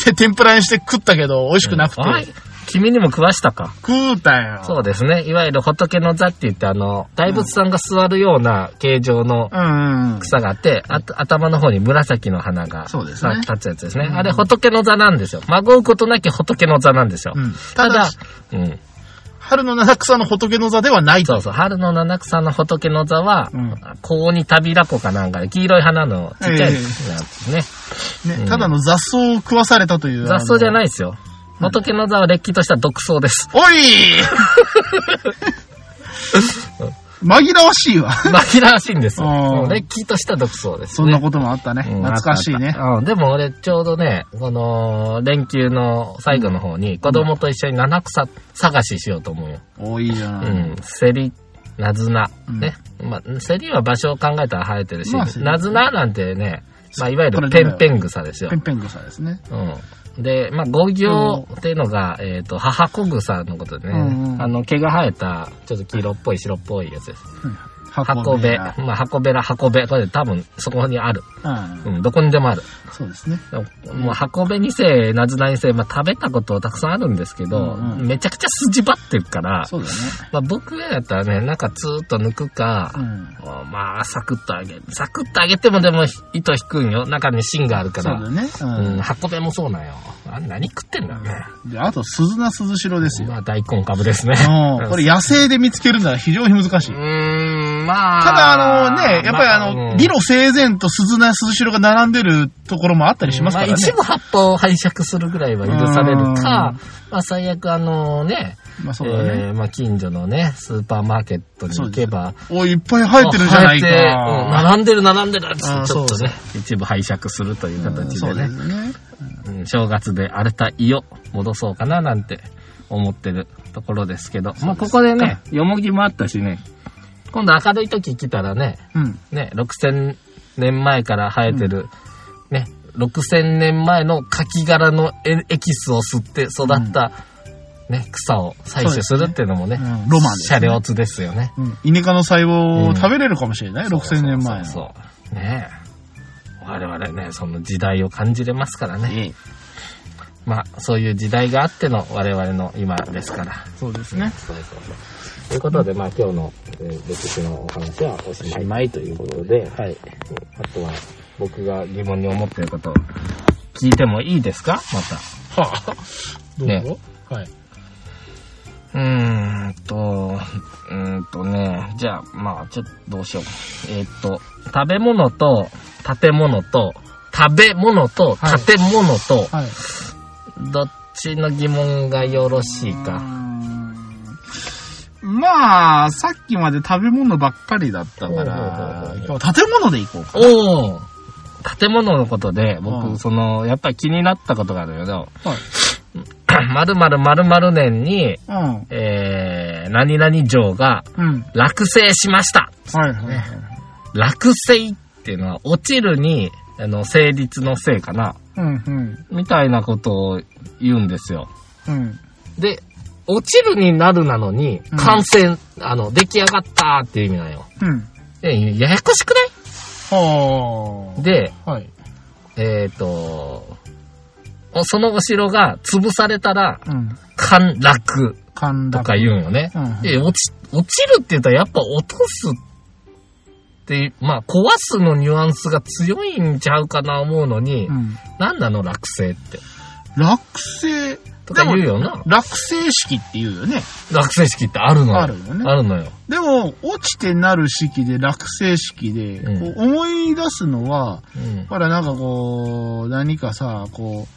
Speaker 2: で、天ぷらにして食ったけど、美味しくなくて。
Speaker 1: はい。君にも食わしたか。
Speaker 2: 食うたんよ。
Speaker 1: そうですね。いわゆる仏の座って言って、あの、大仏さんが座るような形状の
Speaker 2: うんうんうん。
Speaker 1: 草があって、あと頭の方に紫の花が
Speaker 2: そうですね
Speaker 1: 立つやつですね。あれ仏の座なんですよ。まごうことなき仏の座なんですよ。
Speaker 2: うん
Speaker 1: た
Speaker 2: ただ
Speaker 1: だ、うん。
Speaker 2: 春の七草の仏の座ではないと。
Speaker 1: そうそう。春の七草の仏の座は
Speaker 2: うん、
Speaker 1: 高にたびらこかなんかで、黄色い花のちっちゃいやつなんですね。
Speaker 2: ね、ただの雑草を食わされたという。
Speaker 1: 雑草じゃ
Speaker 2: い。
Speaker 1: ないですよ。仏の座はれっきとした独草です。
Speaker 2: おい紛らわしいわ。
Speaker 1: 紛らわしいんですよ。
Speaker 2: うん
Speaker 1: もうれっきとした独草です、ね。
Speaker 2: そんなこともあったね。
Speaker 1: うん
Speaker 2: 懐かしい
Speaker 1: あっ
Speaker 2: ね
Speaker 1: た。あったうん、でも俺ちょうどね、この連休の最後の方に子供と一緒に七草探ししようと思うよ。
Speaker 2: おいいじゃ
Speaker 1: う
Speaker 2: ない。
Speaker 1: ん、セリ、ナズナ。
Speaker 2: うん
Speaker 1: ね。まあ、セリは場所を考えたら生えてるし、
Speaker 2: まあセリ
Speaker 1: ナズナなんてね、まあ、いわゆ
Speaker 2: これ
Speaker 1: る
Speaker 2: ぐら
Speaker 1: ペ
Speaker 2: いは
Speaker 1: ンペン草ですよ
Speaker 2: ペ。ンペン草ですね。
Speaker 1: うん。で、まあ、五行っていうのが、えっ、と、母子草のことでね、
Speaker 2: うんうん
Speaker 1: あの、毛が生えた、ちょっと黄色っぽい白っぽいやつです。箱べ。まあ、箱べら、箱べ。これ多分、そこにある。
Speaker 2: うん。
Speaker 1: うん、どこにでもある。
Speaker 2: そうですね。
Speaker 1: でももう、箱べ二世、なずな二世、まあ、食べたことたくさんあるんですけど、
Speaker 2: うんうん
Speaker 1: めちゃくちゃ筋張ってるから、
Speaker 2: そうだね。
Speaker 1: まあ、僕らやったらね、なんかツーッと抜くか、
Speaker 2: うん。
Speaker 1: まあ、サクッと揚げ、サクッと揚げてもでも糸引くんよ。中に芯があるか
Speaker 2: そう
Speaker 1: ら。
Speaker 2: だね。
Speaker 1: うん、
Speaker 2: う
Speaker 1: 箱べもそうなんよ。あ何食ってんだろうね。
Speaker 2: ん。で、あと、鈴菜鈴代ですよ。
Speaker 1: まあ、大根株ですね。
Speaker 2: うん。これ野生で見つけるのは非常に難し
Speaker 1: う
Speaker 2: い。
Speaker 1: ーん、まあ。
Speaker 2: ただ、あのね、やっぱりあ
Speaker 1: ま
Speaker 2: の、
Speaker 1: うん
Speaker 2: 理路整然と鈴菜鈴代が並んでるところもあったりしますから
Speaker 1: ま
Speaker 2: ね
Speaker 1: あ、。一部葉っぱを拝借するぐらいは許される
Speaker 2: うん
Speaker 1: か、まあ、最悪あのね、
Speaker 2: まあそうだね。
Speaker 1: えーまあ、近所のね、スーパーマーケットに行けば、
Speaker 2: おい、いっぱい生えてるじゃない
Speaker 1: 生えてうん
Speaker 2: か。
Speaker 1: 並んでる並んでるっつっ
Speaker 2: あー
Speaker 1: てちょっと
Speaker 2: そう
Speaker 1: ね、一部拝借するという
Speaker 2: うん
Speaker 1: 形
Speaker 2: そ
Speaker 1: で
Speaker 2: うで
Speaker 1: ね
Speaker 2: す。ね。
Speaker 1: うん正月で荒れた胃を戻そうかななんて思ってるところですけど、まあここでね、よもぎもあったしね、今度明るい時来たらね、
Speaker 2: うん。
Speaker 1: ね、6000年前から生えてる、ね、6000年前の柿殻のエエキスを吸って育った、ね、草を採取するっていうのもね、
Speaker 2: そうですねうんロマンです
Speaker 1: 車
Speaker 2: ね
Speaker 1: 両図ですよね。
Speaker 2: うんイネ科の細胞を食べれるかもしれない、6000年前の。
Speaker 1: そうそうそう。ねえ我々ね、その時代を感じれますからね。
Speaker 2: ええ
Speaker 1: まあ、そういう時代があっての我々の今ですから。
Speaker 2: そうで すね。
Speaker 1: そうですね。ということで、まあ今日のえー歴史のお話はおしまいということで、はい。あとは僕が疑問に思っていることを聞いてもいいですかまた。
Speaker 2: はあ、どうぞ、
Speaker 1: ね
Speaker 2: はい。
Speaker 1: うーんと、うーんとね、じゃあ、まあ、ちょっとどうしよう。えーっと、食べ物と建物と、食べ物と
Speaker 2: はい
Speaker 1: 建物と、
Speaker 2: はい。
Speaker 1: どっちの疑問がよろしいか。
Speaker 2: うーんまあ、さっきまで食べ物ばっかりだったか
Speaker 1: ほうほうほう
Speaker 2: ら
Speaker 1: ほ、う
Speaker 2: 今日は建物で行こうか。
Speaker 1: おお建物のことで、僕、
Speaker 2: うん
Speaker 1: その、やっぱり気になったことがあるんだけ ど、
Speaker 2: はい。
Speaker 1: 〇〇〇〇年に、
Speaker 2: うん。
Speaker 1: えー、何々城が
Speaker 2: うん。
Speaker 1: 落成しました。
Speaker 2: はいはいはい。
Speaker 1: 落成っていうのは、落ちるに、あの、成立のせいかな。
Speaker 2: うんうん。
Speaker 1: みたいなことを言うんですよ。
Speaker 2: うん。
Speaker 1: で、落ちるになるなのに
Speaker 2: う、ん
Speaker 1: 完成、あの、出来上がったっていう意味なよ。
Speaker 2: うん。
Speaker 1: え、ややこしくな
Speaker 2: はい
Speaker 1: で、
Speaker 2: あ。はい。
Speaker 1: えっ、と、おそのお城が潰されたら、
Speaker 2: うん。
Speaker 1: 陥落
Speaker 2: 神
Speaker 1: と
Speaker 2: 田。
Speaker 1: か言うんよね
Speaker 2: うんうん。
Speaker 1: で、落ち、落ちるって言ったらやっぱ落とすって、まあ壊すのニュアンスが強いんちゃうかな思うのに、
Speaker 2: うん。
Speaker 1: なんなの落成って。
Speaker 2: 落成、
Speaker 1: とか言うよな。
Speaker 2: 落成式って言うよね。
Speaker 1: 落成式ってあるのよ。
Speaker 2: あるよね
Speaker 1: あるのよ。
Speaker 2: でも、落ちてなる式で落成式で、
Speaker 1: うん
Speaker 2: こう思い出すのは、
Speaker 1: うん。
Speaker 2: ほらなんかこう、何かさ、こう、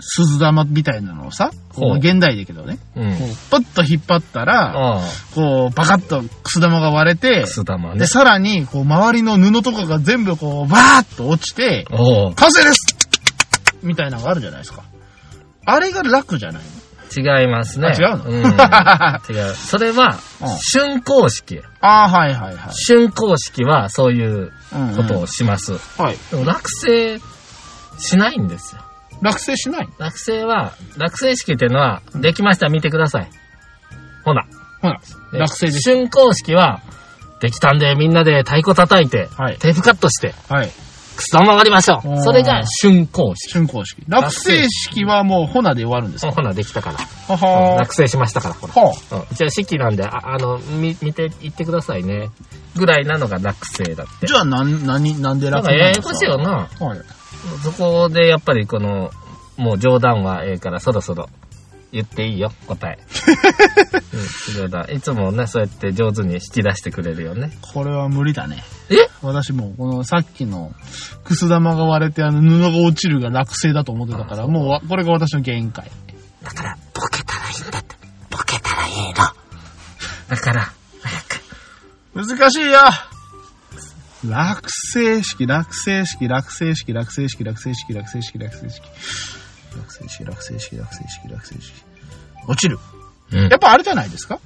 Speaker 2: 鈴玉みたいなのをさ、こ
Speaker 1: ほう
Speaker 2: う現代だけどね、
Speaker 1: うん
Speaker 2: こ。う、パッと引っ張ったら、
Speaker 1: ああ、
Speaker 2: こう、バカッとくす玉が割れて
Speaker 1: く、す玉ね
Speaker 2: で、。さらに、こう、周りの布とかが全部こう、バーッと落ちて、
Speaker 1: おう
Speaker 2: 完成ですみたいなのがあるじゃないですか。あれが楽じゃない
Speaker 1: 違いますね。
Speaker 2: あ違うの
Speaker 1: ん
Speaker 2: あ
Speaker 1: 違う。それは
Speaker 2: うん、
Speaker 1: 竣工式。
Speaker 2: あー、はいはいはい。
Speaker 1: 竣工式はそういう
Speaker 2: うんうん
Speaker 1: ことをします。
Speaker 2: はい。
Speaker 1: でも落成しないんですよ。
Speaker 2: 落成しない
Speaker 1: 落成は、落成式っていうのは、できました、見てください。ほな。
Speaker 2: ほら、
Speaker 1: で
Speaker 2: 落成です。
Speaker 1: 竣工式は、できたんで、みんなで太鼓叩いて、
Speaker 2: はい
Speaker 1: テープカットして、
Speaker 2: はい。
Speaker 1: くす玉割りましょ
Speaker 2: お
Speaker 1: う。
Speaker 2: ー
Speaker 1: それが竣工式。
Speaker 2: 竣工式。落成式はもう、ほなで終わるんですか
Speaker 1: ほな、できたから。
Speaker 2: はは
Speaker 1: 落成しましたから、これ。
Speaker 2: は
Speaker 1: うん、一応式なんで、ああの、み見て、言ってくださいね。ぐらいなのが落成だって。
Speaker 2: じゃあ、なん、なに、なんで
Speaker 1: なん
Speaker 2: 落
Speaker 1: か
Speaker 2: 成
Speaker 1: や
Speaker 2: な
Speaker 1: や
Speaker 2: んですか
Speaker 1: こしいよな。
Speaker 2: はい。
Speaker 1: そこでやっぱりこの、もう冗談はええからそろそろ言っていいよ、答 え。うん、冗談。いつもね、そうやって上手に引き出してくれるよね。
Speaker 2: これは無理だね。
Speaker 1: え
Speaker 2: 私もう、このさっきの、くす玉が割れて、あの、布が落ちるが落成だと思ってたから、もうわ、これが私の限界。
Speaker 1: だから、ボケたらいいんだって。ボケたらいいの。だから、早く。
Speaker 2: 難しいよ落成式、落成式、落成式、落成式、落成式、落成式、落成式。落成式、落成式、落成式、落成式。落ちる。
Speaker 1: うん
Speaker 2: やっぱあれじゃないですか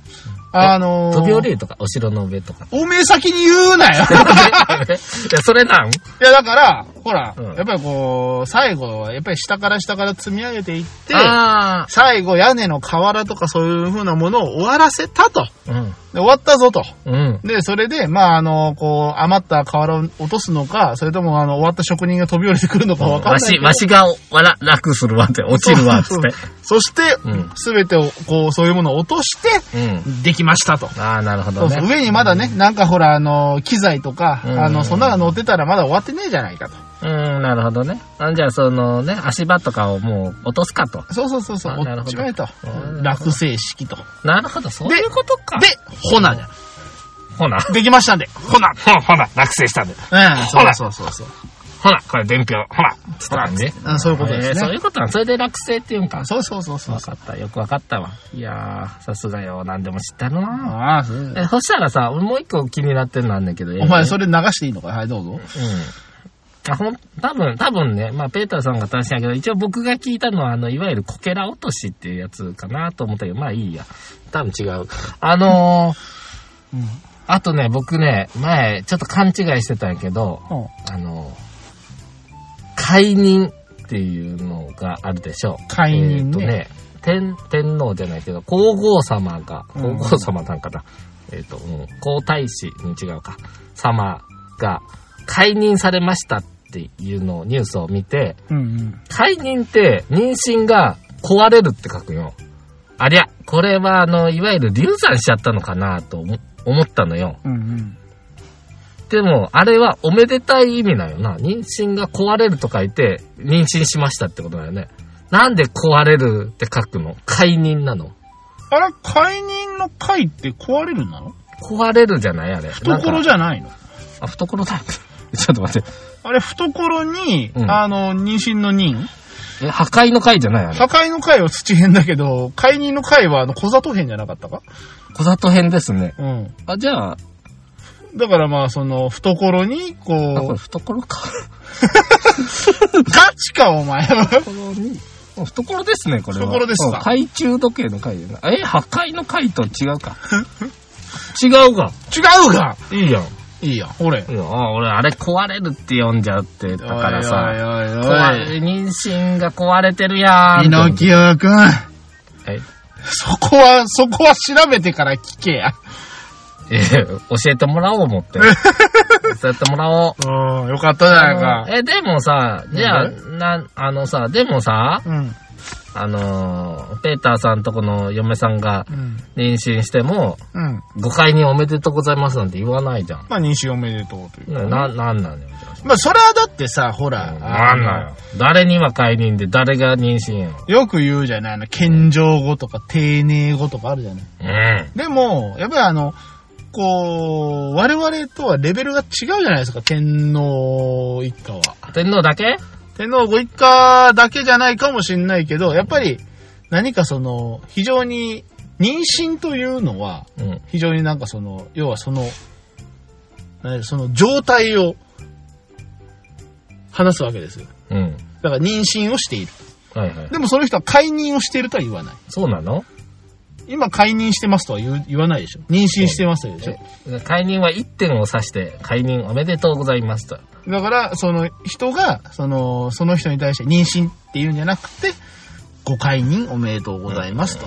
Speaker 2: あのー、。
Speaker 1: 飛び降りるとか、お城の上とか
Speaker 2: おめえ先に言うなよ
Speaker 1: い や、それなん
Speaker 2: いや、だから、ほら、
Speaker 1: うん
Speaker 2: やっぱりこう、最後は、やっぱり下から下から積み上げていって、
Speaker 1: あ
Speaker 2: 最後屋根の瓦とかそういう風なものを終わらせたと。
Speaker 1: あ。うん。
Speaker 2: で、終わったぞと。
Speaker 1: うん。
Speaker 2: で、それで、まあ、あの、こう、余った瓦を落とすのか、それとも、あの、終わった職人が飛び降りてくるのかわかんな
Speaker 1: わ
Speaker 2: いけ
Speaker 1: し、
Speaker 2: ど。
Speaker 1: わしが、わら、楽するわって、落ちるわっつって。
Speaker 2: そして
Speaker 1: うん、
Speaker 2: すべ、てを、こう、そういうものを落として、
Speaker 1: うん。
Speaker 2: できましたと。
Speaker 1: ああ、なるほ
Speaker 2: そ
Speaker 1: ど
Speaker 2: う
Speaker 1: ね。
Speaker 2: そう上にまだね、なんかほら、あの、機材とか、
Speaker 1: うん
Speaker 2: あの、そんなのが乗ってたらまだ終わってねえじゃないかと。
Speaker 1: うん、なるほどね。あじゃあ、そのね、足場とかをもう落とすかと。
Speaker 2: そうそうそうそう、
Speaker 1: あなる
Speaker 2: 落
Speaker 1: ほ
Speaker 2: ち
Speaker 1: ど
Speaker 2: まえと
Speaker 1: う。ん
Speaker 2: 落成式と。
Speaker 1: なるほど、そういうことか。
Speaker 2: で、ほなじゃん。
Speaker 1: ほな。
Speaker 2: できましたんで、ほな。
Speaker 1: ほほな、落成したんで。
Speaker 2: うん、
Speaker 1: ほら
Speaker 2: そうそうそうそう。
Speaker 1: ほな、これ伝票。ほら、つった感じ。
Speaker 2: うんそういうことですね
Speaker 1: えーそういうことなのそれで落成っていうんか。
Speaker 2: そうそうそうそう
Speaker 1: わ。かった、よくわかったわ。いやー、さすがよ、何でも知ったな
Speaker 2: ああ、そう
Speaker 1: え、そしたらさ、俺もう一個気になってるのあんだけど、
Speaker 2: お前、そ
Speaker 1: れ。
Speaker 2: れ流していいのかはい、どうぞ。
Speaker 1: うん。あ、ほん、多分、多分ね、まあ、ペーターさんが正しいんだけど、一応僕が聞いたのは、あの、いわゆるこけら落としっていうやつかなと思ったけど、まあいいや。多分違う。あのー、
Speaker 2: うん。
Speaker 1: あとね、僕ね、前、ちょっと勘違いしてたんやけど、
Speaker 2: ほ
Speaker 1: あの、解任っていうのがあるでしょう。
Speaker 2: 解
Speaker 1: え
Speaker 2: 任ね
Speaker 1: ーとね天、天皇じゃないけど、皇后様が、
Speaker 2: うん
Speaker 1: 皇后様なんかな。えっ、と、うん、皇太子に違うか。様が解任されましたっていうのをニュースを見て、
Speaker 2: ううんうん。
Speaker 1: 解任って妊娠が壊れるって書くよ。ありゃ、これはあの、いわゆる流産しちゃったのかなと思思ったのよ。
Speaker 2: うんうん。
Speaker 1: でも、あれはおめでたい意味なよな。妊娠が壊れると書いて、妊娠しましたってことだよね。なんで壊れるって書くの解任なの
Speaker 2: あれ、解任の解って壊れるんなの
Speaker 1: 壊れるじゃないあれ。
Speaker 2: 懐
Speaker 1: じ
Speaker 2: じゃないの
Speaker 1: ゃ。あ、懐だ。 ちょっと待って。
Speaker 2: あれ、懐に、
Speaker 1: うん
Speaker 2: あの、妊娠の妊
Speaker 1: え、破壊の解じゃないあ
Speaker 2: 破
Speaker 1: れ。
Speaker 2: 壊の解は土編だけど、解任の解は、あの、小里編じゃなかったか
Speaker 1: 小里編ですね。
Speaker 2: うん。
Speaker 1: あ、じゃあ、
Speaker 2: だからまあ、その、懐に、
Speaker 1: あ、こ
Speaker 2: こ
Speaker 1: れ懐か。
Speaker 2: う、ガチか、お前。
Speaker 1: 懐に。懐ですね、これは。
Speaker 2: 懐ですか
Speaker 1: うん懐中時計の解じゃない。え、破壊の解と違う か。違うか。
Speaker 2: 違うが
Speaker 1: いいやん。
Speaker 2: いいや、俺。
Speaker 1: いいよあ俺、あれ壊れるって読んじゃうって言ったからさ。
Speaker 2: おい
Speaker 1: 壊
Speaker 2: おいおい
Speaker 1: れ妊娠が壊れてるやん。
Speaker 2: 猪木君、
Speaker 1: え
Speaker 2: そこは、そこは調べてから聞けや。
Speaker 1: え教えてもらおう思 って。教えてもらおう。
Speaker 2: うん、よかったじゃ
Speaker 1: あの。え、でもさ、じゃあ、
Speaker 2: なん
Speaker 1: な、あのさ、でもさ、
Speaker 2: うん、
Speaker 1: あのー、ペーターさんとこの嫁さんが
Speaker 2: うん、
Speaker 1: 妊娠しても、
Speaker 2: うん。
Speaker 1: 誤解におめでとうございますなんて言わないじゃん。
Speaker 2: まあ、妊娠おめでとうという。
Speaker 1: な、ななんなんよ。じゃ
Speaker 2: まあ、それはだってさ、ほ
Speaker 1: あ
Speaker 2: ら、
Speaker 1: なんなんよ。誰には解任で、誰が妊娠や
Speaker 2: あのよく言うじゃない、あの、謙譲語とか丁寧語とかあるじゃない。
Speaker 1: ん。
Speaker 2: でも、やっぱりあの、こう、我々とはレベルが違うじゃないですか、天皇一家は。
Speaker 1: うん。天皇だけ
Speaker 2: 天皇ご一家だけじゃないかもしれないけど、やっぱり何かその、非常に、妊娠というのは、
Speaker 1: うん。
Speaker 2: 非常になんかその、要はその、何その状態を話すわけですよ。
Speaker 1: うん。
Speaker 2: だから妊娠をしている。
Speaker 1: はいはい。
Speaker 2: でもその人は解任をしているとは言わない。
Speaker 1: そうなの
Speaker 2: 今解任してますとは言う言わないでしょ。妊娠してますでしょ。
Speaker 1: 解任は1点を指して、解任おめでとうございますと。
Speaker 2: だから、その人が、その、その人に対して妊娠っていうんじゃなくて、ご解任おめでとうございますと。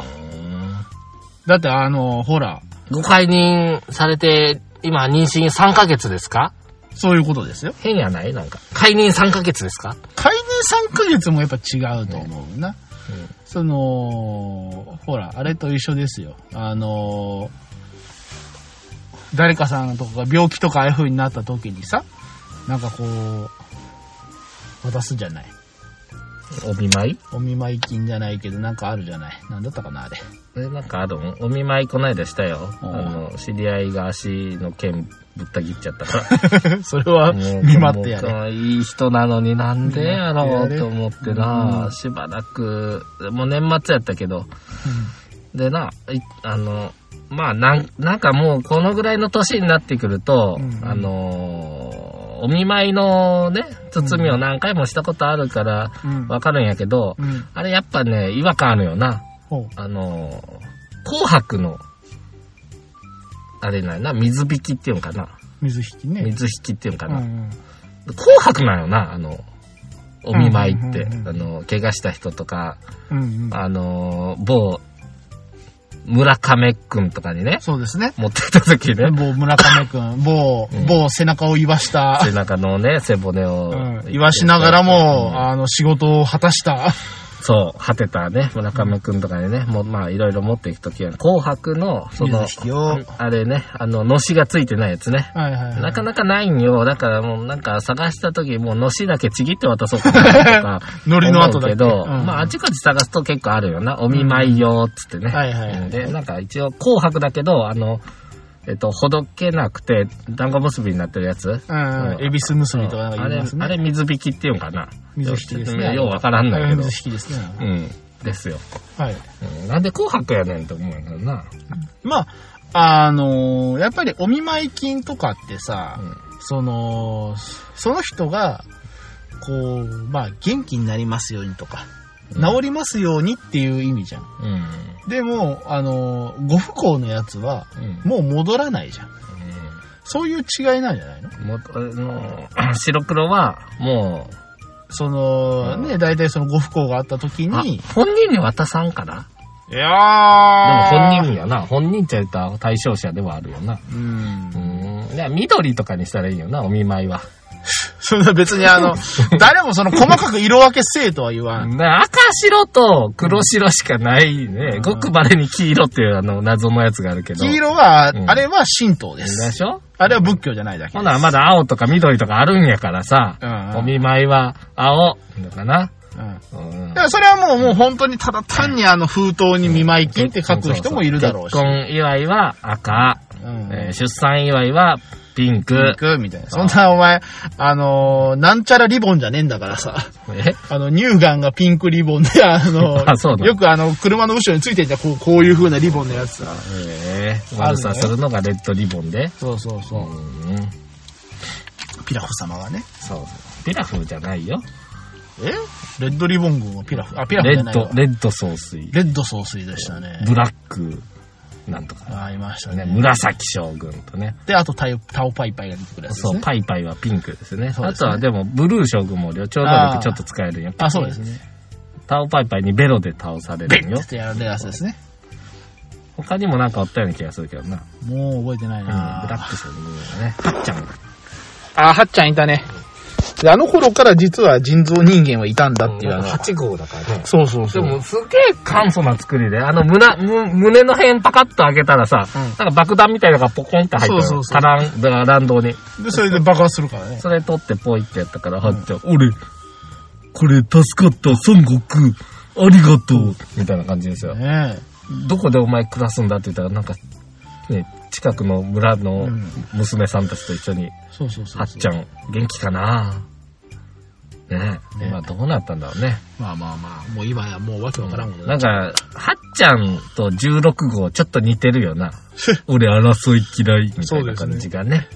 Speaker 2: だってあの、ほら、
Speaker 1: ご解任されて、今妊娠3ヶ月ですか
Speaker 2: そういうことですよ。
Speaker 1: 変やないなんか。解任3ヶ月ですか
Speaker 2: 解任3ヶ月もやっぱ違うと思うな。その、ほら、あれと一緒ですよ。あの、誰かさんとかが病気とかああいう風になった時にさ、なんかこう、渡すじゃない。
Speaker 1: お見舞い
Speaker 2: お見舞い金じゃないけど、なんかあるじゃない。なんだったかな、あれ。
Speaker 1: え、なんかあるんお見舞いこないだしたよ。あ
Speaker 2: うん
Speaker 1: の、知り合いが足の剣ぶった切っちゃったから。
Speaker 2: それは、
Speaker 1: もう
Speaker 2: 見舞ってやれ。
Speaker 1: もういい人なのになんでやろうと思って
Speaker 2: う、
Speaker 1: なんしばらく、もう年末やったけど、でな、いあの、まあなん、なんかもうこのぐらいの年になってくると、
Speaker 2: うんうん
Speaker 1: あのー、お見舞いのね、包みを何回もしたことあるから、
Speaker 2: うん。
Speaker 1: わかるんやけど、
Speaker 2: うん。
Speaker 1: あれやっぱね、違和感あるよな。
Speaker 2: ほう。
Speaker 1: あのー、紅白の、あれなんやな、水引きっていうんかな。
Speaker 2: 水引きね。
Speaker 1: 水引きっていうんか
Speaker 2: うんう
Speaker 1: な。
Speaker 2: ん。
Speaker 1: 紅白なよな、あの、お見舞いって
Speaker 2: うんうんうんう。ん
Speaker 1: あの、怪我した人とか、
Speaker 2: うんうん。
Speaker 1: あの、某、村亀くんとかにね、
Speaker 2: そうですね。
Speaker 1: 持ってきた時ね、
Speaker 2: 某村上くん、某
Speaker 1: うん、
Speaker 2: 某背中を言わした、
Speaker 1: 背中のね、背骨を
Speaker 2: うん、言わしながらも、あの、仕事を果た した。
Speaker 1: そう、果てたね、村上くんとかにね、もうまあいろいろ持っていくときは、紅白の、その
Speaker 2: 水引きを、
Speaker 1: あれね、あの、のしがついてないやつね。
Speaker 2: はいはいはい。。
Speaker 1: なかなかないんよ。だからもうなんか探したとき、もうのしだけちぎって渡そうかなとか
Speaker 2: 海苔の後だけ
Speaker 1: 思うけど、
Speaker 2: うん
Speaker 1: まああちこち探すと結構あるよな。お見舞い用っつってね。
Speaker 2: はいはいはい
Speaker 1: うんで、なんか一応紅白だけど、あの、えっと、ほどけなくて、団子結びになってるやつ。
Speaker 2: うん、恵比寿結びとかなんか
Speaker 1: あ
Speaker 2: 言い
Speaker 1: れ
Speaker 2: ます、ね。
Speaker 1: あれ水引きっていうんかな。
Speaker 2: 水引きですね
Speaker 1: ようわからんないけど。
Speaker 2: 水引きですね。
Speaker 1: うん。ですよ。
Speaker 2: はい。
Speaker 1: うんなんで紅白やねんって思うんだよな。
Speaker 2: まあ、あのーやっぱりお見舞い金とかってさ、
Speaker 1: うん
Speaker 2: その、その人が、こう、まあ、元気になりますようにとか、
Speaker 1: うん
Speaker 2: 治りますようにっていう意味じゃん。
Speaker 1: うん。
Speaker 2: でも、あのーご不幸のやつは、
Speaker 1: うん。
Speaker 2: もう戻らないじゃん。そういう違いなんじゃないの
Speaker 1: もあの 白黒は、も
Speaker 2: その、
Speaker 1: うん
Speaker 2: ね、大体そのご不幸があった時
Speaker 1: う、あ
Speaker 2: に、い
Speaker 1: 本人に渡さんからでも本
Speaker 2: やー
Speaker 1: 人やな。本人って言ったら対象者ではあるよな。
Speaker 2: うん
Speaker 1: う。ん。いや、緑とかにしたらいいよな、お見舞いは。
Speaker 2: そんな別に あの、誰もその細かく色分けせえとは言わん。
Speaker 1: な赤白と黒白しかないね。
Speaker 2: うん
Speaker 1: ごくまれに黄色っていうあの謎のやつがあるけど。
Speaker 2: 黄色は、
Speaker 1: うん
Speaker 2: あれは神道で。
Speaker 1: ですしょ
Speaker 2: あれは仏教じゃないだけ
Speaker 1: ほ。な、まだ青とか緑とかあるんやからさ、
Speaker 2: うん
Speaker 1: お見舞いは青、だかな。
Speaker 2: うん。
Speaker 1: うん
Speaker 2: だからそれはもう、もう本当にただ単にあの封筒に見舞い金って書く人もいるだろうし
Speaker 1: 結。婚祝いは赤、
Speaker 2: うん
Speaker 1: えー出産祝いはピンク。
Speaker 2: 行くみたいな。そんなお前、あのー、なんちゃらリボンじゃねえんだからさ。
Speaker 1: え
Speaker 2: あの、乳がんがピンクリボンで、あ のー
Speaker 1: あそうなの
Speaker 2: よくあの、車の後ろについてんじゃん、こう、こういう風なリボンのやつさ。
Speaker 1: えー、悪さするのがレッドリボンで。
Speaker 2: そうそう
Speaker 1: う
Speaker 2: そ
Speaker 1: ん、
Speaker 2: う。ピラフ様がね。
Speaker 1: そう。ピラフじゃないよ。
Speaker 2: えレッドリボン軍はピラフ。あ、ピラフ
Speaker 1: レ
Speaker 2: じゃ
Speaker 1: ッ
Speaker 2: ないわ
Speaker 1: ド、レッド総帥。
Speaker 2: レッド総帥でしたね。
Speaker 1: ブラック、なんとか。
Speaker 2: あいました
Speaker 1: ね、
Speaker 2: ね。
Speaker 1: 紫将軍とね。
Speaker 2: で、あとタイタオパイパイが出てくるやつです
Speaker 1: そう、
Speaker 2: ね。
Speaker 1: パイパイはピンクですね。
Speaker 2: そう
Speaker 1: あ
Speaker 2: です
Speaker 1: と
Speaker 2: ね
Speaker 1: はでも、ブルー将軍も両長能力ちょっと使えるんよ。
Speaker 2: あ、そうです。ね。
Speaker 1: タオパイパイにベロで倒され
Speaker 2: ベ
Speaker 1: るんよ
Speaker 2: ッっ。てやるやつですね。
Speaker 1: 他にもなんかおったような気がするけどな。
Speaker 2: もう覚えてない
Speaker 1: うん、ブラ
Speaker 2: な
Speaker 1: ック将軍がね。はっちゃんが。
Speaker 2: あ、はっちゃんいたね。であの頃から実は人造人間はいたんだっていうあの。
Speaker 1: 8号だからね。
Speaker 2: そうそう
Speaker 1: で
Speaker 2: そう。
Speaker 1: もすげえ簡素な作りで、あの胸、む胸の辺パカッと開けたらさ、
Speaker 2: うん
Speaker 1: なんか爆弾みたいなのがポコンって入ってる。
Speaker 2: そうそうそう
Speaker 1: カラン、だから乱動に。
Speaker 2: で、それで爆発するからね。
Speaker 1: それ取ってポイってやったから、はっちゃん、俺、これ助かった、孫悟空、ありがとう、みたいな感じですよ。
Speaker 2: ね
Speaker 1: どこでお前暮らすんだって言ったら、なんか、ね、近くの村の
Speaker 2: うん
Speaker 1: 娘さんたちと一緒に、
Speaker 2: え。そうそうそう。
Speaker 1: はっちゃん、元気かなね
Speaker 2: ね
Speaker 1: 今どうなったんだろうね。
Speaker 2: まあまあまあ、もう今やもうわけわからんこと
Speaker 1: なんか、はっちゃんと16号ちょっと似てるよ な。俺争い嫌いみたいな感じがね。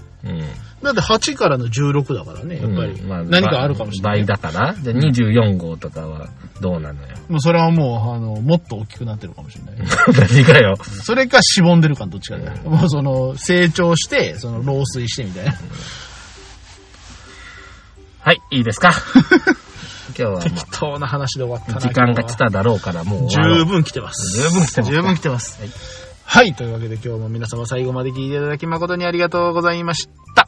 Speaker 2: だって8からの16だからね、
Speaker 1: う
Speaker 2: や
Speaker 1: ん。
Speaker 2: っぱ
Speaker 1: うんまあ
Speaker 2: り。何かあるかもしれない。
Speaker 1: 倍だから。じゃあ24号とかはどうなのよ。
Speaker 2: もうそれはもう、あの、もっと大きくなってるかもしれない。
Speaker 1: 何がよ。
Speaker 2: それかしぼんでるかどっちかだよ。もうその、成長して、その、老衰してみたいな。
Speaker 1: はい、いいです か今日はもう
Speaker 2: 適当な話で終わったな。
Speaker 1: 時間が来ただろうからもう
Speaker 2: 今日
Speaker 1: 終わ
Speaker 2: は。
Speaker 1: ろ
Speaker 2: 十
Speaker 1: う。
Speaker 2: 分来てます。
Speaker 1: 十分来てます
Speaker 2: 十分来てます。はい。というわけで今日も皆様最後まで聞いていただき誠にありがとうございました。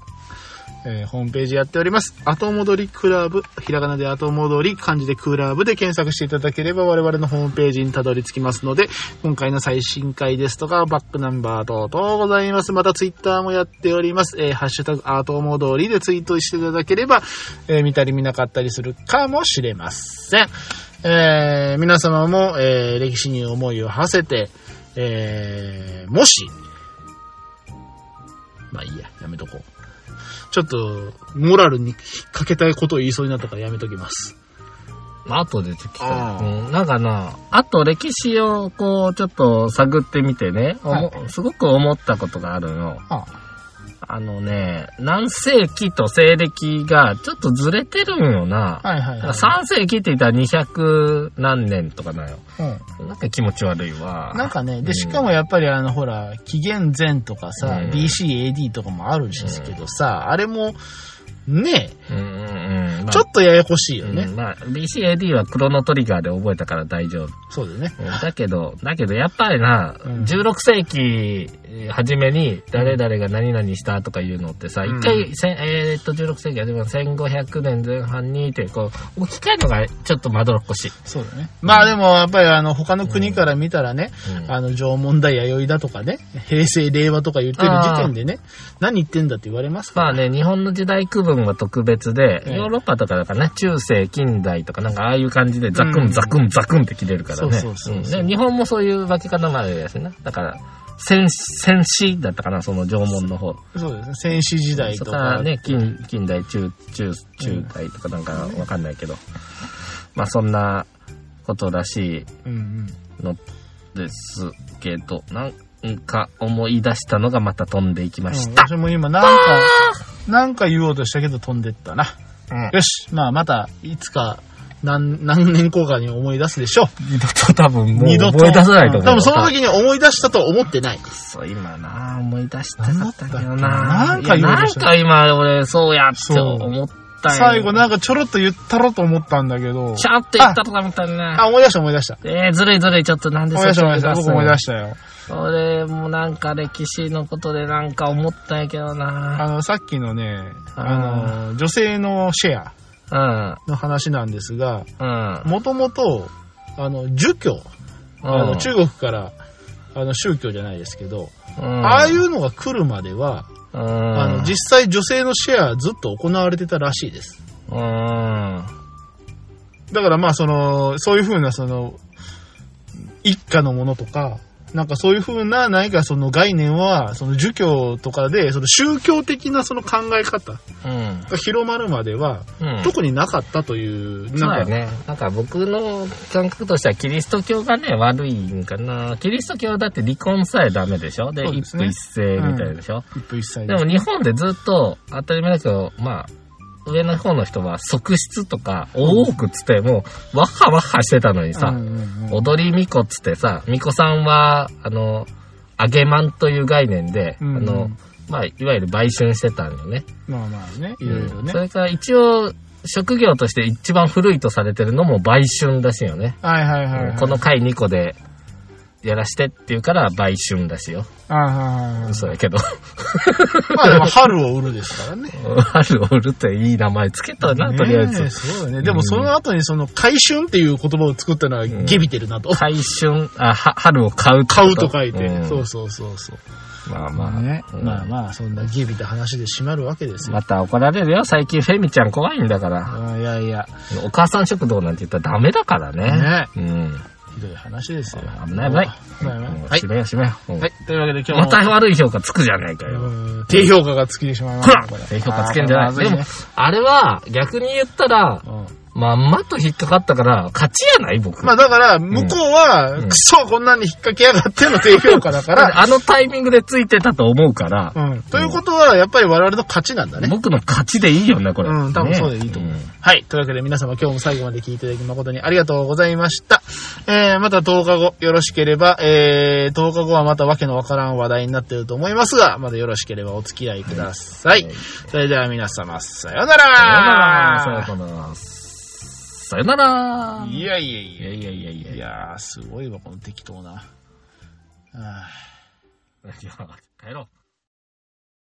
Speaker 2: えーホームページやっております。後戻りクラブ、ひらがなで後戻り、漢字でクラブで検索していただければ我々のホームページにたどり着きますので、今回の最新回ですとか、バックナンバー等々ございます。またツイッターもやっております。えーハッシュタグ後戻りでツイートしていただければ、えー見たり見なかったりするかもしれません。えー皆様も、えー歴史に思いを馳せて、えーもし、まあいいや、やめとこう。ちょっと、モラルにかけたいことを言いそうになったからやめときます。
Speaker 1: まあ後で出てきた。
Speaker 2: う
Speaker 1: うん、なんかな、あと歴史をこうちょっと探ってみてね、おも
Speaker 2: は
Speaker 1: すごく思ったことがあるの。
Speaker 2: あ
Speaker 1: あのね、何世紀と西暦がちょっとずれてるんよな。
Speaker 2: はいはいはい。
Speaker 1: 3世紀って言ったら200何年とかなんよ。
Speaker 2: う
Speaker 1: なんか気持ち悪いわ。
Speaker 2: ん。なんかね、
Speaker 1: う
Speaker 2: で、
Speaker 1: ん
Speaker 2: しかもやっぱりあの、ほら、紀元前とかさ、
Speaker 1: うん
Speaker 2: BCAD とかもあるんですけどさ、あれも、ねえ、
Speaker 1: うん、うんまあ
Speaker 2: ちょっとややこしいよ
Speaker 1: う
Speaker 2: ね。
Speaker 1: ん、まあ、BCAD はクロノトリガーで覚えたから大丈夫。
Speaker 2: そうだよね。
Speaker 1: うんだけど、だけどやっぱりな、
Speaker 2: うん
Speaker 1: 16世紀初めに誰々が何々したとかいうのってさ、
Speaker 2: うん
Speaker 1: 一回、せんえーっと、16世紀初めの1500年前半にって、こう、置き換えるのがちょっとまどろっこしい。
Speaker 2: そうだね。まあでも、やっぱりあの、他の国から見たらね、
Speaker 1: うん
Speaker 2: あの、縄文だ、弥生だとかね、平成、令和とか言ってる時点でね、何言ってんだって言われますか
Speaker 1: ま
Speaker 2: ら。
Speaker 1: あね、日本の時代区分は特別で、
Speaker 2: ええ
Speaker 1: ヨーロッパとかだからね、中世、近代とかなんかああいう感じでザク
Speaker 2: うん
Speaker 1: ンザクンザクンって切れるからね。
Speaker 2: そうそうそうそう
Speaker 1: で
Speaker 2: ん
Speaker 1: 日本もそういう分け方もあるですね。だから、戦戦死だったかな、その縄文の方。
Speaker 2: そうですね。戦死時代
Speaker 1: そ
Speaker 2: と
Speaker 1: こ
Speaker 2: か。
Speaker 1: からね、近近代、中、中、中代とかなんかわかんないけど。まあそんなことらし
Speaker 2: うんうん。
Speaker 1: いのですけど、なんか思い出したのがまた飛んでいきました
Speaker 2: うん。私も今なんか、なんか言おうとしたけど飛んでったな。
Speaker 1: うん
Speaker 2: よし、まあまた、いつか、何、何年後かに思い出すでしょう。
Speaker 1: 二度と多分もう
Speaker 2: 二度と。
Speaker 1: 思い出せないと思う。
Speaker 2: ん多分その時に思い出したと思ってない。
Speaker 1: そう、今なあ思い出したかったけどな
Speaker 2: な
Speaker 1: ん
Speaker 2: だっけななんか
Speaker 1: いや
Speaker 2: 言おう
Speaker 1: な
Speaker 2: と
Speaker 1: ん
Speaker 2: した
Speaker 1: か今俺、そうやって思ったよ。
Speaker 2: 最後なんかちょろっと言ったろと思ったんだけど。
Speaker 1: ちゃんと言ったとだみたいな。
Speaker 2: あ、思い出した思い出した。
Speaker 1: えー、ずるいずるい、ちょっとなんで
Speaker 2: 思い出した思い出した。僕思い出
Speaker 1: し
Speaker 2: したよ。
Speaker 1: た。俺もなんか歴史のことでなんか思ったんやけどな
Speaker 2: あの、さっきのね、
Speaker 1: あ
Speaker 2: あの、女性のシェア
Speaker 1: うん、
Speaker 2: の話なんですが、
Speaker 1: うん。
Speaker 2: もともと、あの、儒教、あの中国から、あの、宗教じゃないですけど、
Speaker 1: うん、、
Speaker 2: ああいううのが来るまでは、
Speaker 1: うん、
Speaker 2: あの実際女性のシェアはずっと行われてたらしいです。
Speaker 1: うん、
Speaker 2: だからまあその、そういうふうなその、一家のものとか、なんかそういうふうな何かその概念は、その儒教とかで、その宗教的なその考え方
Speaker 1: うん、
Speaker 2: が広まるまでは、
Speaker 1: うん。
Speaker 2: 特になかったという、
Speaker 1: そうだ
Speaker 2: な
Speaker 1: よ
Speaker 2: んか、
Speaker 1: ね。なんか僕の感覚としてはキリスト教がね、悪いんかな。キリスト教だって離婚さえダメでしょで、
Speaker 2: そうで
Speaker 1: 一
Speaker 2: すね
Speaker 1: 夫一世みたいでしょ、
Speaker 2: 一夫一妻
Speaker 1: で
Speaker 2: で
Speaker 1: も日本でずっと当たり前だけど、まあ、上の方の人は側室とか、大奥つってもう、わっはわっはしてたのにさ、
Speaker 2: うんうんうん
Speaker 1: 踊り巫女つってさ、巫女さんは、あの、揚げまんという概念で、
Speaker 2: うんうん
Speaker 1: あの、まあ、いわゆる売春してたんよね。
Speaker 2: まあまあね、いろいろね
Speaker 1: そ。れから一応、職業として一番古いとされてるのも売春らしいよね。
Speaker 2: はいはいはいはい。
Speaker 1: この回2個でやらしてっていうから売春らしいよ。
Speaker 2: はいはいはいはい
Speaker 1: 嘘やけど。
Speaker 2: まあでも春を売るですからね。
Speaker 1: 春を売るっていい名前つけたな、
Speaker 2: ね
Speaker 1: とりあえず。
Speaker 2: そうだね。でもその後にその、回春っていう言葉を作ったのはゲビてるなと。
Speaker 1: 買春、あ、は春を買うってこ
Speaker 2: 買うと書いて。
Speaker 1: うん
Speaker 2: そうそうそうそう。
Speaker 1: まあまあ。
Speaker 2: ね。
Speaker 1: うん
Speaker 2: まあまあ、そんなゲビた話で締まるわけですよ。
Speaker 1: また怒られるよ。最近フェミちゃん怖いんだから。
Speaker 2: あいやいや、
Speaker 1: お母さん食堂なんて言ったらダメだからね。
Speaker 2: ね。
Speaker 1: うん。
Speaker 2: ひどい話ですよ。
Speaker 1: 危ない危ない。
Speaker 2: 危ない危ない
Speaker 1: うん
Speaker 2: はい
Speaker 1: 閉めよう閉めよう。うん
Speaker 2: はい。というわけで今日
Speaker 1: ま
Speaker 2: も。
Speaker 1: た悪い評価つくじゃないかよ。
Speaker 2: うん低評価がつきてしまいま
Speaker 1: ほ
Speaker 2: した
Speaker 1: ら
Speaker 2: ね。これ
Speaker 1: 低評価つけんじゃない。
Speaker 2: あー
Speaker 1: でも
Speaker 2: ま、
Speaker 1: あれは逆に言ったら、
Speaker 2: ずいね
Speaker 1: まんまと引っかかったから、勝ちやない僕。
Speaker 2: うんまあだから、向こうは、
Speaker 1: うん
Speaker 2: くそ、こんなに引っ掛けやがっての低評価だか
Speaker 1: だって
Speaker 2: ら、
Speaker 1: あのタイミングでついてたと思うから、
Speaker 2: うん。ということは、やっぱり我々の勝ちなんだね。
Speaker 1: 僕の勝ちでいいよね、これ。
Speaker 2: うん多分そうでいいと
Speaker 1: 思う。
Speaker 2: はい。というわけで皆様今日も最後まで聞いていただき誠にありがとうございました。えー、また10日後よろしければ、えー、10日後はまたわけのわからん話題になっていると思いますが、まだよろしければお付き合いください。
Speaker 1: はい
Speaker 2: それでは皆様、さようなら
Speaker 1: さよなら。さよなら。
Speaker 2: いやいやい
Speaker 1: いや
Speaker 2: やい
Speaker 1: いやいやい
Speaker 2: や。
Speaker 1: や
Speaker 2: い
Speaker 1: いや。
Speaker 2: やー、すごいわ、この適当な。あー
Speaker 1: いや帰ろう。